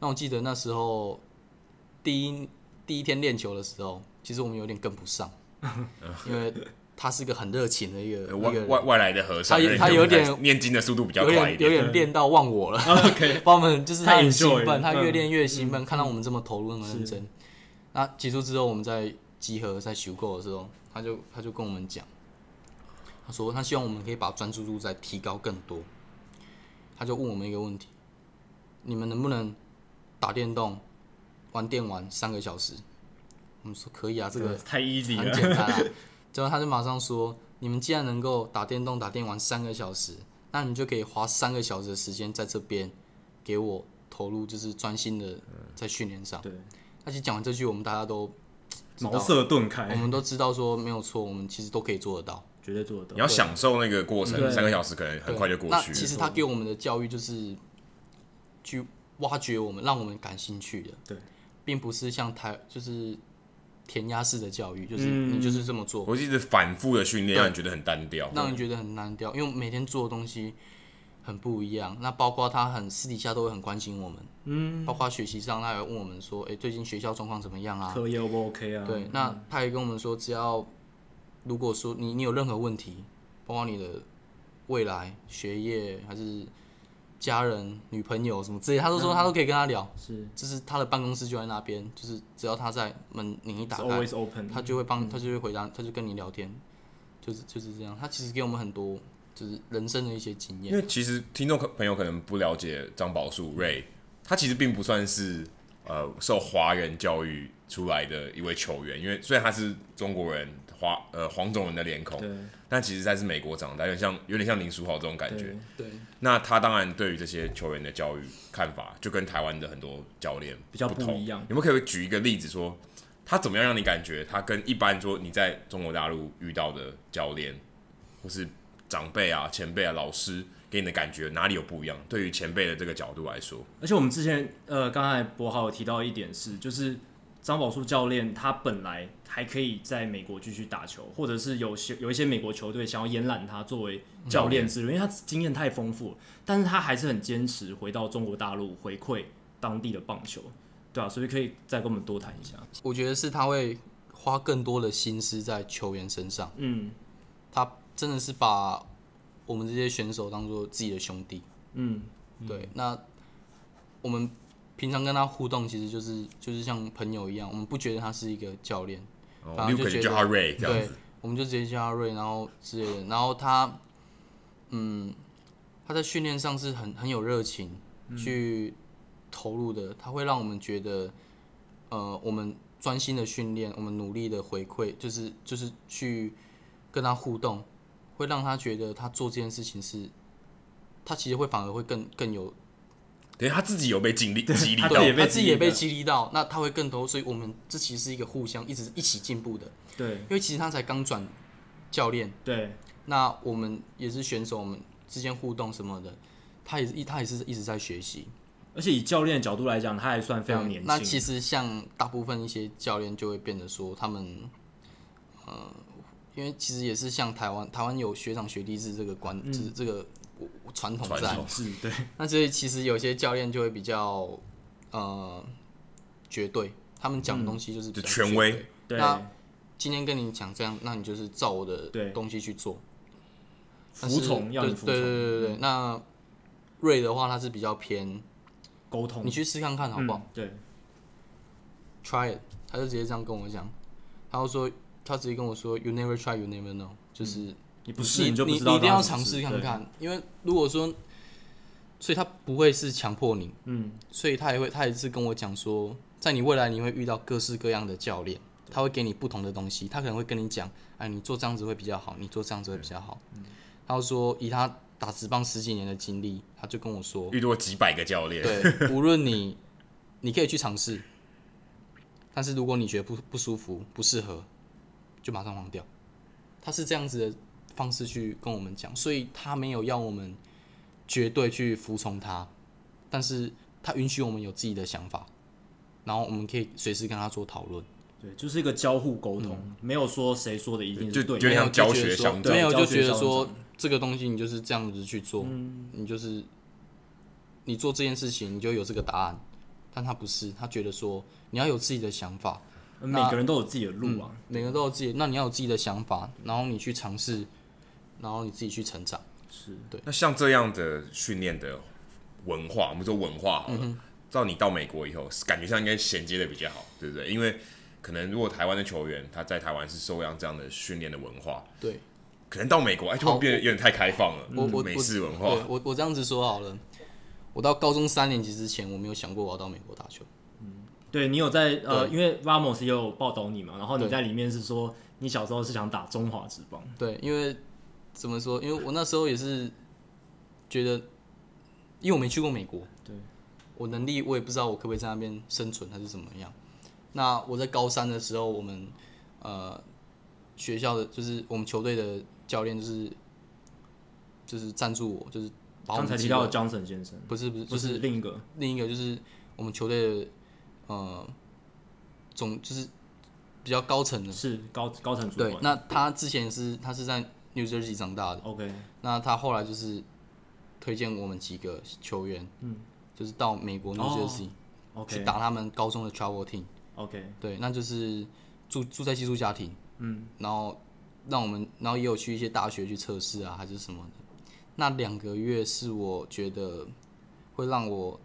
C: 那我记得那时候第一第一天练球的时候，其实我们有点跟 不上，因为他是个很热情的一
A: 呃
C: 个一
A: 外
C: 个人
A: 外外来的和尚，
C: 他有
A: 那你
C: 他
A: 就
C: 有
A: 看
C: 点
A: 念经的速度比较
C: 有
A: 快一
C: 点有
A: 点，
C: 点练到忘 我了。OK，帮我 们就是他
B: 太
C: 很
B: enjoy
C: 兴奋，
B: 了
C: 他
B: 嗯
C: 越练越兴奋，看到我们这么投入那么认真。那结束之后，我们在集合在修购的时候，他就他就跟我们讲，他说他希望我们可以把专注度再提高更多。他就问我们一个问题：你们能不能打电动、玩电玩三个小时？我们说可以啊，这个
B: 太 easy
C: 很
B: 了，
C: 简单啊。 结果他就马上说：“你们既然能够打电动、打电玩三个小时，那你们就可以花三个小时的时间在这边给我投入，就是专心的
A: 嗯
C: 在训练上。
B: 对，
A: 哎
C: 那其实讲完这句，我们大家都知
B: 茅
C: 道，嗯
B: 塞顿
C: 我
B: 开，
C: 们都知道说没有错，我们其实都可以做得到。
B: 绝对做得
A: 你
B: 到。
A: 要享受那个过
B: 对
A: 程，三个小时可能很
C: 对
A: 快就过去
C: 那其
A: 了。
C: 实他给我们的教育就是去挖掘我们，让我们感兴趣的，
B: 对，
C: 并不是像台就是填鸭式的教育，就是、
B: 嗯
C: 你就是这么做，
A: 我一直反复的训练，让你觉得很单调。
C: 让人觉得很单调，因为每天做的东西很不一样。那包括他很私底下都会很关心我们，嗯，包括学习上，他也问我们说，哎、最近学校状况怎么样啊？
B: 科业 O 不 OK 啊？
C: 对，那他也跟我们说，只要如果说你你有任何问题，包括你的未来、学业还是家人、女朋友什么之类，他都
B: 嗯
C: 说他都可以跟他聊。
B: 是
C: 就是他的办公室就在那边，就是只要他在门你一打
B: it's
C: 开，
B: always open，
C: 他就会帮，他就会回答，他就跟你聊天，就是就是这样。他其实给我们很多就是人生的一些经验
A: 因，为其实听众可朋友可能不了解张宝树 Ray，他其实并不算是呃受华人教育出来的一位球员，因为虽然他是中国人华呃黄种人的脸孔，
B: 对
A: 但其实他是美国长大，有点像有点像林书豪这种感觉
B: 对。
C: 对
A: 那他当然对于这些球员的教育看法，就跟台湾的很多教练
B: 比较
A: 不
B: 不
A: 同
B: 一样
A: 你们可以举一个例子说，他怎么样让你感觉他跟一般说你在中国大陆遇到的教练，或是长辈啊、前辈啊、老师给你的感觉哪里有不一样？对于前辈的这个角度来说，
B: 而且我们之前呃，刚才博豪有提到一点是，就是张宝树教练他本来还可以在美国继续打球，或者是有些有一些美国球队想要延揽他作为教练之路，因为他经验太丰富了，但是他还是很坚持回到中国大陆回馈当地的棒球，对啊，所以可以再跟我们多谈一下。
C: 我觉得是他会花更多的心思在球员身上，
B: 嗯
C: 他真的是把我们这些选手当做自己的兄弟。
B: 嗯，
C: 对，那我们平常跟他互动，其实就是就是像朋友一样，我们不觉得他是一个教练，
A: 哦
C: 反，而
A: 你
C: 就
A: 可能
C: 觉
A: 叫
C: 得
A: 他 Ray 这样
C: 对
A: 子，，
C: 我们就直接叫他瑞，然后之类的，然后他嗯他在训练上是很很有热情去投入的，他会让我们觉得，呃，我们专心的训练，我们努力的回馈，就是就是去跟他互动，会让他觉得他做这件事情是，他其实会反而会更更有
A: 等于他自己有被激励激励
B: 他
A: 到
B: 自己也
C: 对，
B: 被
C: 他自己
B: 激
C: 也
B: 励
C: 被
B: 到
C: 激励到，那他会更投入，所以我们这其实是一个互相一直一起进步的，
B: 对
C: 因为其实他才刚转教练。
B: 对
C: 那我们也是选手，我们之间互动什么的，他也是一他也是一直在学习，
B: 而且以教练的角度来讲，他还算非常年
C: 嗯那其
B: 轻。
C: 实像大部分一些教练就会变得说，他们，呃，因为其实也是像台湾，台湾有学长学弟制这个观，就是这个我我传统
B: 嗯
C: 在。
B: 统哦是对
C: 那所以其实有些教练就会比较，呃，绝对，他们
B: 嗯
C: 讲的东西就是比较
A: 就权威
C: 绝
B: 对
C: 对。那今天跟你讲这样，那你就是照我
B: 对
C: 的东西去做。但
B: 服
C: 是
B: 从嗯要
C: 对
B: 你服
C: 对对
B: 从
C: 对对对。那瑞的话，他是比较偏，
B: 沟通
C: 你，去试看看好不好？
B: 嗯？对，
C: try it，他就直接这样跟我讲，他就说，他直接跟我说，you never try, you never know，就是
B: 嗯
C: 你
B: 你不是
C: 你
B: 就不
C: 你
B: 知道
C: 一定要
B: 他是不
C: 尝
B: 是
C: 试看。
B: 对
C: 看，因为如果说，所以他不会是强迫你，
B: 嗯，
C: 所以他也会，他也是跟我讲说，在你未来你会遇到各式各样的教练，他会给你不同的东西，他可能会跟你讲，哎，你做这样子会比较好，你做这样子会比较好。他就说，以他打直棒十几年的经历，他就跟我说，
A: 遇到几百个教练，
C: 对，无论你，你可以去尝试，但是如果你觉得不不舒服、不适合，就马上忘掉。他是这样子的方式去跟我们讲，所以他没有要我们绝对去服从他，但是他允许我们有自己的想法，然后我们可以随时跟他做讨论。
B: 对，就是一个交互沟通，没有说谁说的一定是
A: 就
B: 对
A: 就有点
B: 的。
A: 像教
C: 没有
A: 学
C: 嗯就觉得说
A: 相长，
B: 对
C: 没有
B: 教
C: 就
B: 学
C: 觉得
B: 相
C: 说
B: 长嗯
C: 这个东西你就是这样子去做，你就是你做这件事情你就有这个答案，但他不是，他觉得说你要有自己的想法，
B: 每个人都有自己的路啊。
C: 每个人都有自己，那你要有自己的想法，然后你去尝试，然后你自己去成长。
A: 那像这样的训练的文化，我们说文化好了，到你到美国以后，感觉上应该衔接的比较好，对不对？因为可能如果台湾的球员他在台湾是受养这样的训练的文化，
C: 对
A: 可能到美国哎，突然变得有点太开放了，
C: 我，我
A: 嗯美
C: 我
A: 式文
C: 对
A: 化，
C: 我我这样子说好了，我到高中三年级之前，我没有想过我要到美国打球。嗯
B: 对你有在呃，因为 Ramos 也有报道你嘛，然后你在里面是说你小时候是想打中华职棒，
C: 对，因为怎么说？因为我那时候也是觉得，因为我没去过美国，
B: 对
C: 我能力我也不知道我可不可以在那边生存还是怎么样。那我在高三的时候，我们呃学校的就是我们球队的教练就是就是赞助我，就是把
B: 刚
C: 我们
B: 才
C: 几
B: 提
C: 个
B: 到的 Johnson 先生，
C: 不是不是
B: 不
C: 就是是
B: 另一个
C: 另一个就是我们球队的呃总就是比较高层的，
B: 是高高层主
C: 嗯对，
B: 管。
C: 那他之前是他是在 New Jersey 长大的。
B: OK，
C: 那他后来就是推荐我们几个球员，嗯，就是到美国 New
B: 哦
C: Jersey、去
B: OK
C: 打他们高中的 travel team，
B: OK，
C: 对，那就是住住在寄宿家庭，嗯，然后让我们，然后也有去一些大学去测试啊，还是什么的。那两个月是我觉得会让我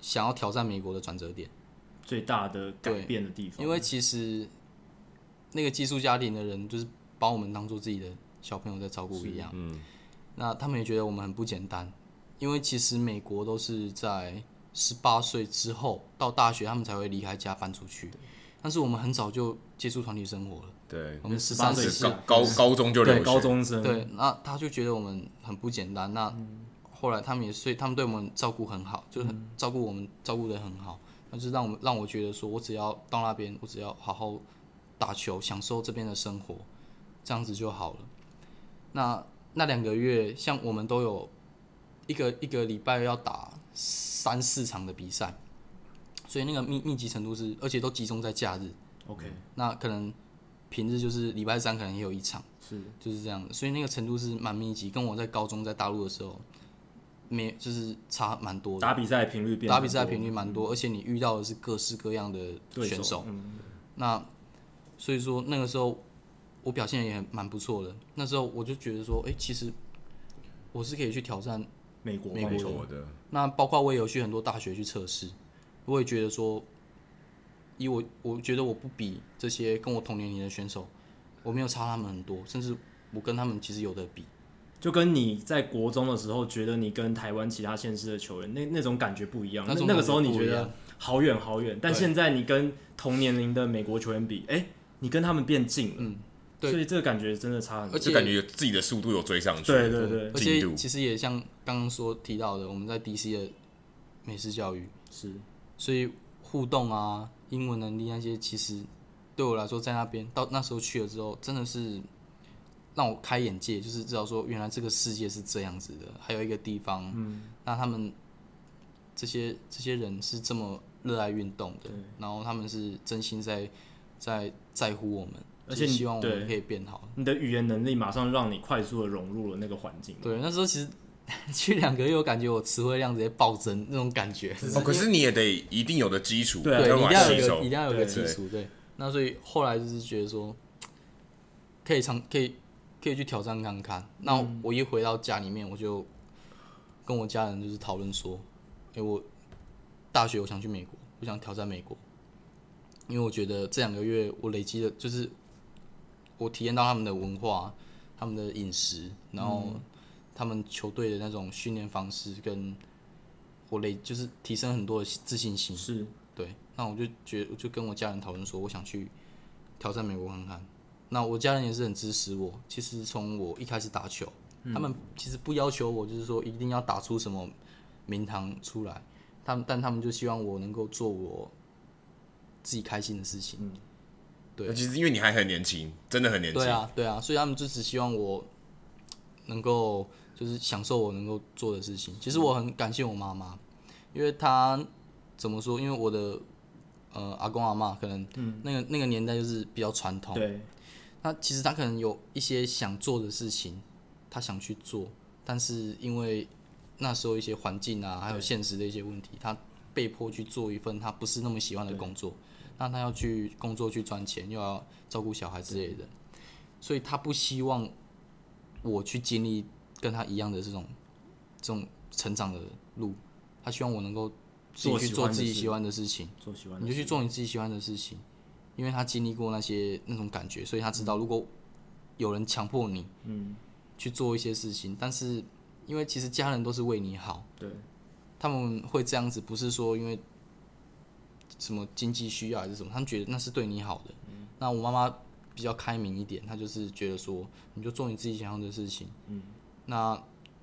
C: 想要挑战美国的转折点，
B: 最大的改变的地方
C: 因，为其实那个寄宿家庭的人就是把我们当做自己的小朋友在照顾一样。
A: 嗯，
C: 那他们也觉得我们很不简单，因为其实美国都是在十八岁之后到大学，他们才会离开家搬出去。但是我们很早就接触团体生活了，
A: 对，
C: 我们十
B: 18
C: 三
B: 岁
C: 岁
A: 是
C: 是
A: 高高高中就留
B: 对
A: 学，
B: 高中生，
C: 对，那他就觉得我们很不简单。那后来他们也所以他们对我们照顾很好，就是很照顾我们照顾的很好，那就是让我们让我觉得说我只要到那边，我只要好好打球，享受这边的生活，这样子就好了。那那两个月，像我们都有一个一个礼拜要打三四场的比赛，所以那个密密集程度是，而且都集中在假日。
B: OK
C: 那可能平日就是礼拜三可能也有一场。
B: 是
C: 就是这样的，所以那个程度是蛮密集，跟我在高中在大陆的时候，没就是差蛮多的。
B: 打比赛频率变
C: 打比赛
B: 很多嗯
C: 频率蛮多，而且你遇到的是各式各样的
B: 对
C: 选手，
B: 嗯
C: 那所以说那个时候我表现也蛮不错的。那时候我就觉得说，哎、其实我是可以去挑战。
B: 美国
C: 美
B: 棒
A: 美
B: 球
A: 国的，
C: 那包括我也有去很多大学去测试，我也觉得说，以我我觉得我不比这些跟我同年龄的选手，我没有差他们很多，甚至我跟他们其实有的比。
B: 就跟你在国中的时候觉得你跟台湾其他县市的球员那那种感觉不一样，那
C: 那种
B: 那个时候
C: 感觉
B: 你觉
C: 不一
B: 得
C: 样
B: 好远好远，但
C: 对
B: 现在你跟同年龄的美国球员比，哎、你跟他们变近了，
C: 嗯对
B: 所以这个感觉真的差很多
C: 而。
A: 就
C: 且
A: 感觉自己的速度有追上去。
B: 对对对，
C: 而
A: 进度
C: 且其实也像刚刚说提到的，我们在 DC 的美式教育，
B: 是
C: 所以互动啊、英文能力那些，其实对我来说，在那边到那时候去了之后，真的是让我开眼界，就是知道说原来这个世界是这样子的。还有一个地方，嗯，那他们这些这些人是这么热爱运动的
B: 对，
C: 然后他们是真心在在在乎我们，
B: 而且
C: 就是
B: 你
C: 希望我
B: 对
C: 们可以变好。
B: 你的语言能力马上让你快速的融入了那个环境。
C: 对，那时候其实 去两个月，我感觉我词汇量直接暴增那种感觉。
A: 哦，可是你也得一定有的基础，
B: 对啊
A: 才
C: 对，
A: 有
C: 你一
A: 办
C: 定
A: 法
C: 要有
A: 吸
C: 一个
A: 收
C: 一定。要有一个
B: 对
C: 基础，对。那所以后来就是觉得说，可以尝，可以可以去挑战看看。那我一回到家里面，我就跟我家人就是讨论说，哎、我大学我想去美国，我想挑战美国，因为我觉得这两个月我累积的，就是我体验到他们的文化、他们的饮食，然后他们球队的那种训练方式，跟我累就是提升很多的自信心。
B: 是
C: 对，那我就觉我就跟我家人讨论说，我想去挑战美国看看。那我家人也是很支持我。其实从我一开始打球，他们其实不要求我，就是说一定要打出什么名堂出来。他们但他们就希望我能够做我自己开心的事情。对
A: 那其实因为你还很年轻，真的很年
C: 对
A: 轻。
C: 啊，对啊，所以他们就只希望我能够就是享受我能够做的事情。其实我很感谢我妈妈，因为她怎么说？因为我的呃阿公阿妈可能
A: 嗯
C: 那个、那个年代就是比较传统，
B: 对，
C: 那其实她可能有一些想做的事情，她想去做，但是因为那时候一些环境啊，还有现实的一些问题，她被迫去做一份她不是那么喜欢的工作。那她要去工作去赚钱，又要照顾小孩之类的，所以她不希望我去经历跟她一样的这种这种成长的路，她希望我能够自己
B: 做
C: 去
B: 喜
C: 做
B: 欢的
C: 自己
B: 事
C: 喜欢的事情。
B: 做喜欢的
C: 你就去
B: 事
C: 做你自己喜欢的事情，因为他经历过那些那种感觉，所以他
B: 嗯
C: 知道如果有人强迫你，嗯，去做一些事情，但是因为其实家人都是为你好，
B: 对，
C: 他们会这样子，不是说因为什么经济需要还是什么，他们觉得那是对你好的。
B: 嗯
C: 那我妈妈比较开明一点，她就是觉得说，你就做你自己想要的事情，嗯，那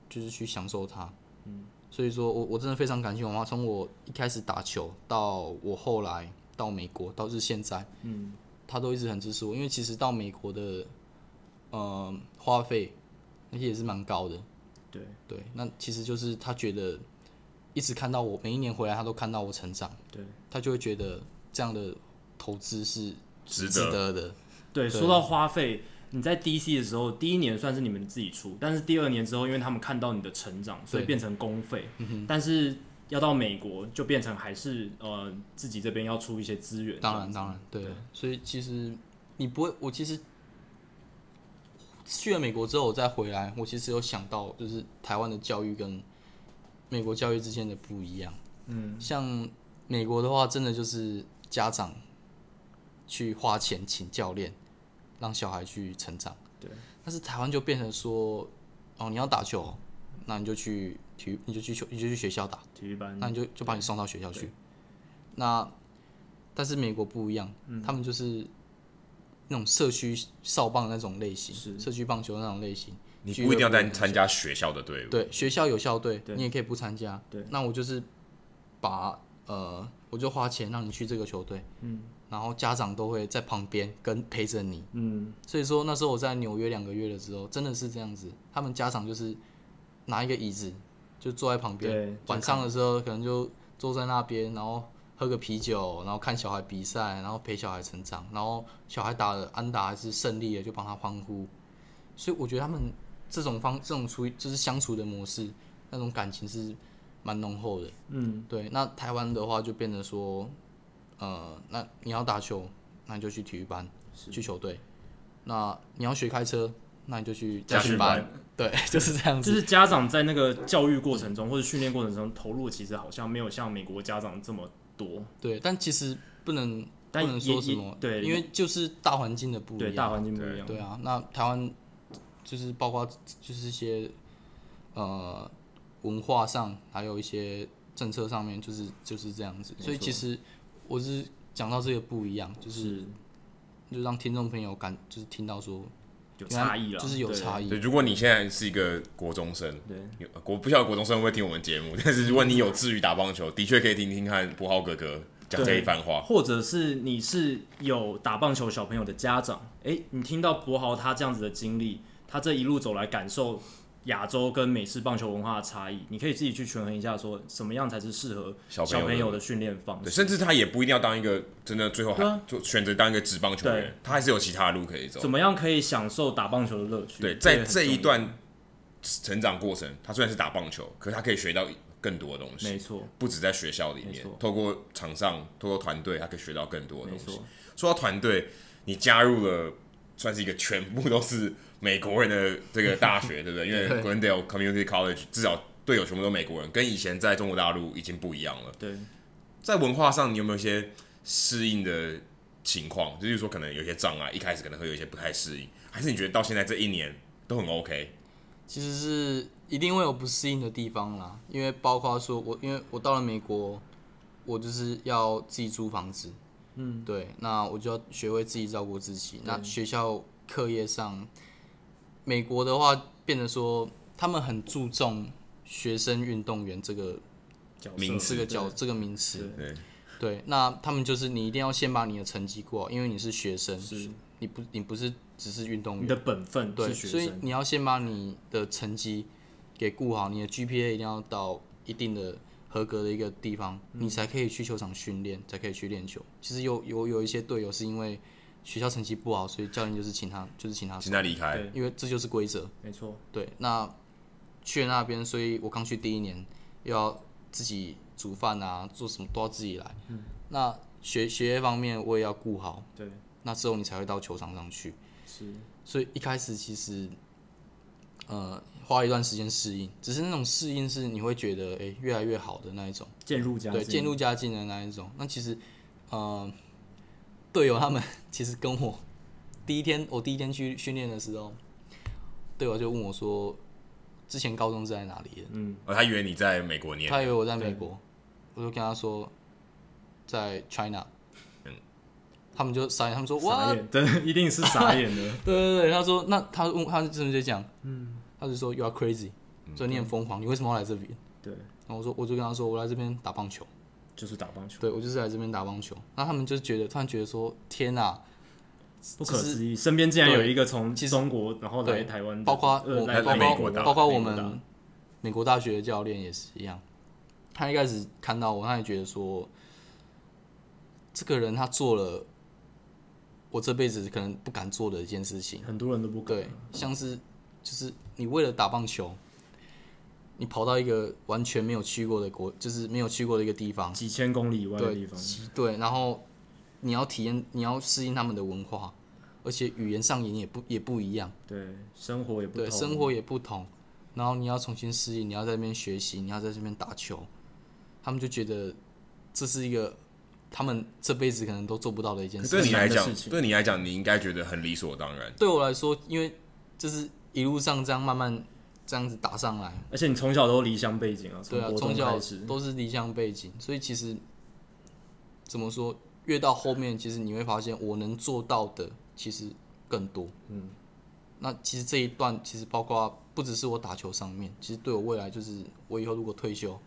C: 就是去享受它，嗯。所以说我我真的非常感谢我妈，从我一开始打球到我后来到美国，到是现在，嗯，她都一直很支持我，因为其实到美国的，呃，花费那些也是蛮高的，
B: 对
C: 对，那其实就是他觉得一直看到我每一年回来，他都看到我成长，
B: 对
C: 他就会觉得这样的投资是
A: 值得
C: 得的。
B: 对，
C: 对
B: 说到花费，你在 DC 的时候，第一年算是你们自己出，但是第二年之后，因为他们看到你的成长，所以
C: 对
B: 变成公费。
C: 嗯
B: 但是要到美国，就变成还是呃自己这边要出一些资源。
C: 当然，当然，对。啊所以其实你不会，我其实去了美国之后，我再回来，我其实有想到，就是台湾的教育跟美国教育之间的不一样。嗯，像美国的话，真的就是家长去花钱请教练，让小孩去成长。
B: 对。
C: 但是台湾就变成说，哦，你要打球，那你就去体育，你就去球，你就去学校打。
B: 体育班
C: 那你就就把你送到学校去。那但是美国不一样，他们就是那种社区少棒那种类型，社区棒球那种类型。
A: 你
C: 俱
A: 不一定要
C: 乐部
A: 参参加学校的队伍，
C: 对，学校有校队，你也可以不参加。对，那我就是把呃，我就花钱让你去这个球队，嗯，然后家长都会在旁边跟陪着你，嗯，所以说那时候我在纽约两个月的时候，真的是这样子，他们家长就是拿一个椅子就坐在旁
B: 对
C: 边，晚上的时候可能就坐在那边，然后。喝个啤酒，然后看小孩比赛，然后陪小孩成长，然后小孩打了安打还是胜利了，就帮他欢呼。所以我觉得他们这种方这种处就是相处的模式，那种感情是蛮浓厚的。嗯，对。那台湾的话就变得说，呃，那你要打球，那你就去体育班，去球队；那你要学开车，那你就去
A: 家训
C: 训
A: 班
C: 班。对， 就是这样
B: 就
C: 子。
B: 是家长在那个教育过程中或者训练过程中投入，其实好像没有像美国家长这么多。
C: 对，但其实不能不
B: 但
C: 能
B: 也
C: 说什
B: 也
C: 么，
B: 对
C: 因为就是大环境的不一
B: 对
C: 样。
B: 大环境不一样，
C: 对啊，那台湾就是包括就是一些呃文化上，还有一些政策上面，就是就是这样子。
B: 没错
C: 所以其实我是讲到这个不一样，就是就让听众朋友感就是听到说
B: 有差异了，
C: 就是有
B: 对
C: 差异
A: 对，。如果你现在是一个国中生，
B: 嗯对，
A: 有我不晓得国中生会不会听我们节目， 但是如果你有志于打棒球，的确可以听听看博浩哥哥讲这一番话。
B: 或者是你是有打棒球小朋友的家长，诶，你听到博豪他这样子的经历，他这一路走来感受亚洲跟美式棒球文化的差异，你可以自己去权衡一下，说什么样才是适合
A: 小朋友的
B: 小朋友的训练方
A: 对，
B: 式。
A: 甚至他也不一定要当一个真的，最后还
B: 对啊
A: 就选择当一个职棒球员
B: 对，
A: 他还是有其他的路可以走
B: 怎。么样可以享受打棒球的乐趣？
A: 对，
B: 这也
A: 在
B: 很
A: 这一
B: 重要，
A: 段成长过程，他虽然是打棒球，可是他可以学到更多的东西
B: 没，错，
A: 不止在学校里
B: 没
A: 面
B: 错，
A: 透过场上，透过团队，他可以学到更多的
B: 没
A: 东西
B: 错。，
A: 说到团队，你加入了算是一个全部都是美国人的这个大 学，对不对？因为
C: 对
A: Glendale Community College 至少队友全部都美国人，跟以前在中国大陆已经不一样了。
B: 对。
A: 在文化上，你有没有一些适应的情况？就是说，可能有些障碍，一开始可能会有一些不太适应，还是你觉得到现在这一年都很 OK？
C: 其实是一定会有不适应的地方啦，因为包括说我，因为我到了美国，我就是要自己租房子，嗯，对，那我就要学会自己照顾自己。那学校课业上，美国的话变得说他们很注重学生运动员这个
B: 角色
A: 名
C: 这
A: 次
C: 个角这个名词，
A: 对，
C: 对，那他们就是你一定要先把你的成绩过好，因为你是学生，
B: 是
C: 你不你不是只是运动员
B: 你，的本分
C: 对，
B: 是学
C: 所以
B: 生，
C: 你要先把你的成绩给顾好，你的 GPA 一定要到一定的合格的一个地方，
B: 嗯
C: 你才可以去球场训练，才可以去练球。其实有有有一些队友是因为学校成绩不好，所以教练就是请他就是请他走
A: 现，在离开
B: 对，
C: 因为这就是规则。
B: 没错，
C: 对，那去了那边，所以我刚去第一年又要自己煮饭啊，做什么都要自己来。嗯、那学学业方面我也要顾好，
B: 对，
C: 那之后你才会到球场上去。
B: 是
C: 所以一开始其实，呃，花一段时间适应，只是那种适应是你会觉得哎、诶越来越好的那一种，
B: 渐入佳
C: 对，
B: 境，
C: 渐入佳境的那一种。那其实，呃，队友他们 其实跟我第一天我第一天去训练的时候，队友就问我说，之前高中是在哪里的？
B: 嗯，
A: 哦，他以为你在美国念，
C: 他以为我在
B: 对
C: 美国，我就跟他说在 China，他们就傻眼，他们说哇
B: 傻，眼，对，一定是傻眼 的，
C: 对对对，他说，那他问他是直接讲，嗯，他就说 you are crazy，所以你很疯狂，你为什么要来这边？
B: 对，
C: 然后我说，我就跟他说，我来这边打棒球，
B: 就是打棒球，
C: 对我就是来这边打棒球。那他们就觉得，突然觉得说，天哪、
B: 不可思议，身边竟然有一个从
C: 其实
B: 中国然后来
C: 对
B: 台湾的，
C: 包括
B: 呃
C: 我，
B: 来
C: 包
A: 来
B: 来
A: 美
B: 美
A: 国
C: 括
A: 打
C: 包括
B: 美
C: 我
B: 打
C: 们美国大学的教练也是一样，他一开始看到我，他也觉得说，这个人他做了我这辈子可能不敢做的一件事情。
B: 很多人都不敢
C: 对，像是就是你为了打棒球，你跑到一个完全没有去过的国，就是没有去过的一个地方，
B: 几千公里以外的地
C: 对
B: 方，
C: 对，然后你要体验，你要适应他们的文化，而且语言上也也不也不一样，
B: 对，生活也不
C: 对，
B: 同
C: 生活也不同，然后你要重新适应，你要在那边学习，你要在这边打球，他们就觉得这是一个他们这辈子可能都做不到的一件
A: 可
C: 事
A: 是对
C: 情。
A: 你来
B: 很难的
A: 讲
B: 事，情
A: 对你来讲，你应该觉得很理所当然。
C: 对我来说，因为就是一路上这样慢慢这样子打上来。
B: 而且你从小都离乡背景啊，
C: 对啊，
B: 国
C: 从
B: 中
C: 小
B: 开始，
C: 都是离乡背景，所以其实怎么说，越到后面，其实你会发现我能做到的其实更多。嗯，那其实这一段其实包括不只是我打球上面，其实对我未来就是我以后如果退休，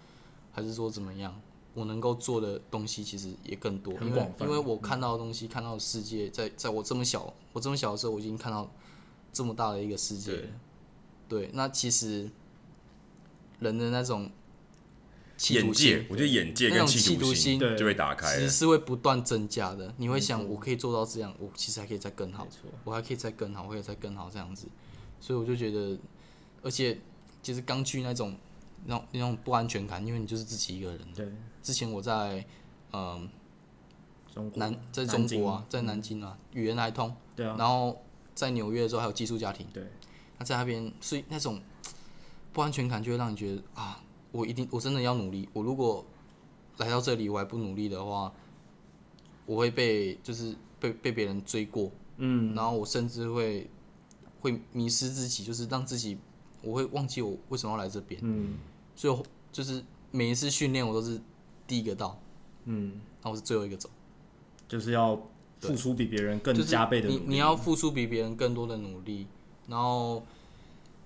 C: 还是说怎么样，我能够做的东西其实也更多，
B: 很
C: 因为
B: 广泛嗯
C: 因为我看到的东西，看到的世界，在在我这么小，我这么小的时候，我已经看到这么大的一个世界了。对，那其实人的那种企
A: 眼
C: 图
A: 界
C: 心，，
A: 我觉得眼界
C: 那
A: 跟
C: 种
A: 企
C: 企
A: 图
C: 图
A: 心
C: 心
B: 对
A: 就会打开
C: 其
A: 了
C: 实。是会不断增加的。你会想，我可以做到这样，我其实还可以再更好
B: 没，错，
C: 我还可以再更好，我可以再更好这样子。所以我就觉得，而且其实刚去那种那种那种不安全感，因为你就是自己一个人。
B: 对，
C: 之前我在嗯、
B: 中国
C: 南在
B: 南
C: 中
B: 京
C: 国啊，在南京啊，语言还通，
B: 对啊，
C: 然后在纽约的时候还有寄宿家庭。
B: 对，
C: 那在那边，所以那种不安全感就会让你觉得啊，我一定我真的要努力。我如果来到这里我还不努力的话，我会被就是被被别人追过，
B: 嗯，
C: 然后我甚至会会迷失自己，就是让自己我会忘记我为什么要来这边，
B: 嗯
C: 所以我就是每一次训练我都是第一个到，
B: 嗯，
C: 然后我是最后一个走，
B: 就是要付出比别人更
C: 就是
B: 加倍的努
C: 你
B: 力。
C: 你要付出比别人更多的努力。然后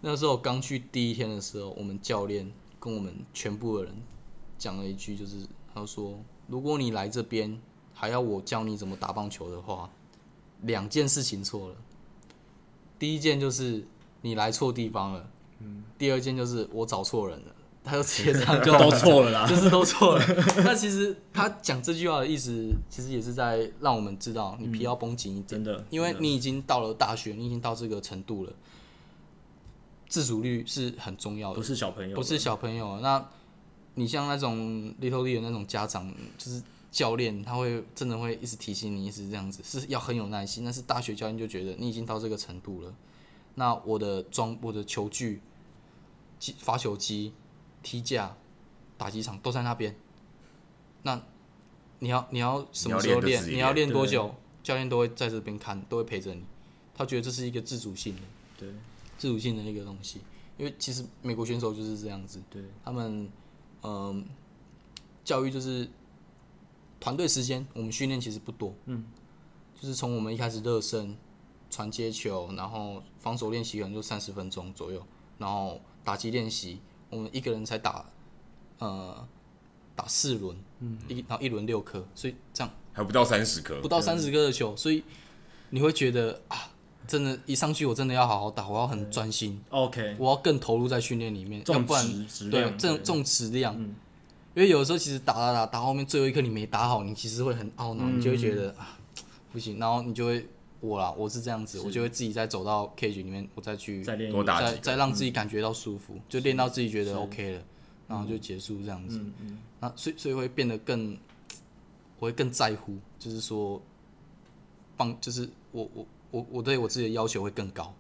C: 那时候刚去第一天的时候，我们教练跟我们全部的人讲了一句，就是他说：“如果你来这边还要我教你怎么打棒球的话，两件事情错了。第一件就是你来错地方了，
B: 嗯
C: 第二件就是我找错人了。”他就直接这 样就
B: 都错 了啦。
C: 就是都错了。那其实他讲这句话的意思，其实也是在让我们知道，你皮要绷紧一点，
B: 嗯真的
C: 因为你已经到了大学，你已经到这个程度了，自主率是很重要的
B: 不，是小朋友，
C: 不是小朋友。啊那你像那种 little l e 的那种家长，就是教练，他会真的会一直提醒你，一直这样子，是要很有耐心。但是大学教练就觉得你已经到这个程度了，那我的装、我的球具、击罚球机、踢架、打击场都在那边，那你要你要什么时
A: 你要练
C: 候
A: 就
C: 练？
A: 自己
C: 你要
A: 练
C: 练多久？教练都会在这边看，都会陪着你。他觉得这是一个自主性的。
B: 对
C: 自主性的一个东西，因为其实美国选手就是这样子，
B: 对，
C: 他们嗯、教育就是团队时间，我们训练其实不多，嗯，就是从我们一开始热身、传接球，然后防守练习可能就三十分钟左右，然后打击练习，我们一个人才打呃打四轮，嗯，一然后一轮六颗，所以这样
A: 还不到三十颗
C: 不，到三十颗的球，所以你会觉得啊，真的，一上去我真的要好好打，我要很专心。
B: OK，
C: 我要更投入在训练里面，要
B: 嗯重
C: 不然
B: 质质
C: 对
B: 量嗯
C: 重重质量。因为有的时候其实打打打打到后面最后一刻你没打好，你其实会很懊
B: 嗯
C: 恼，你就会觉得啊不行，然后你就会我啦，我是这样子，我就会自己再走到 cage 里面，我再去
B: 再练一
A: 多打
C: 再
A: 几嗯
C: 再让自己感觉到舒服，就练到自己觉得 OK 了，然后就结束这样子。
A: 嗯
C: 那所以所以会变得更，我会更在乎，就是说，棒就是我我我我对我自己的要求会更高，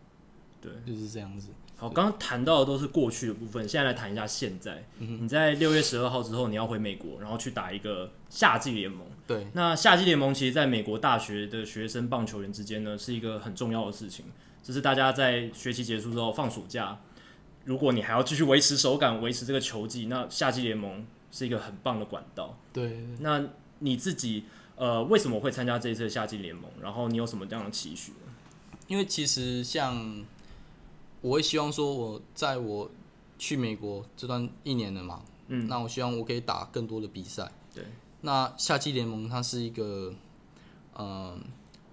B: 对，
C: 就是这样子。
B: 好，哦刚刚谈到的都是过去的部分，现在来谈一下现在。
C: 嗯
B: 你在六月十二号之后，你要回美国，然后去打一个夏季联盟。
C: 对，
B: 那夏季联盟其实在美国大学的学生棒球员之间呢，是一个很重要的事情。这是大家在学期结束之后放暑假，如果你还要继续维持手感、维持这个球技，那夏季联盟是一个很棒的管道。
C: 对，
B: 那你自己呃，为什么会参加这一次的夏季联盟？然后你有什么这样的期许呢？
C: 因为其实像我会希望说，我在我去美国这段一年了嘛，嗯，那我希望我可以打更多的比赛。
B: 对，
C: 那夏季联盟它是一个，嗯、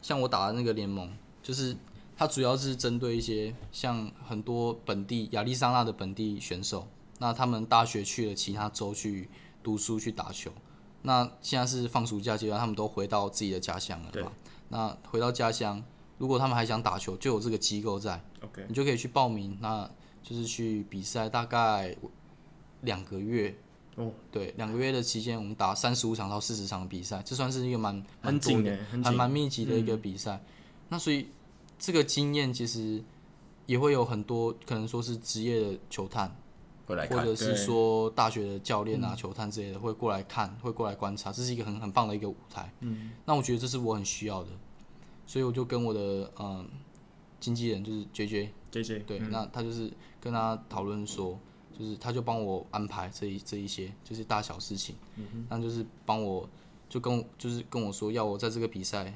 C: 像我打的那个联盟，就是它主要是针对一些像很多本地亚利桑那的本地选手，那他们大学去了其他州去读书去打球。那现在是放暑假阶段，他们都回到自己的家乡了嘛？那回到家乡，如果他们还想打球，就有这个机构在
B: OK
C: 你就可以去报名，那就是去比赛，大概两个月。
B: 哦，
C: 对，两个月的期间，我们打三十五场到四十场的比赛，这算是一个蛮蛮
B: 很
C: 多
B: 紧
C: 的啊
B: 欸，很
C: 还
B: 紧嗯
C: 蛮密集的一个比赛。那所以这个经验其实也会有很多，可能说是职业的球探，
A: 会来
C: 或
A: 看
C: 者是
B: 对
C: 说大学的教练啊、球探之类的会过来看，会过来观察，这是一个很很棒的一个舞台。嗯，那我觉得这是我很需要的，所以我就跟我的嗯经纪人就是 J J，
B: J J
C: 对，那他就是跟他讨论说，就是他就帮我安排这一这一些就是大小事情，那就是帮我就跟我就是跟我说要我在这个比赛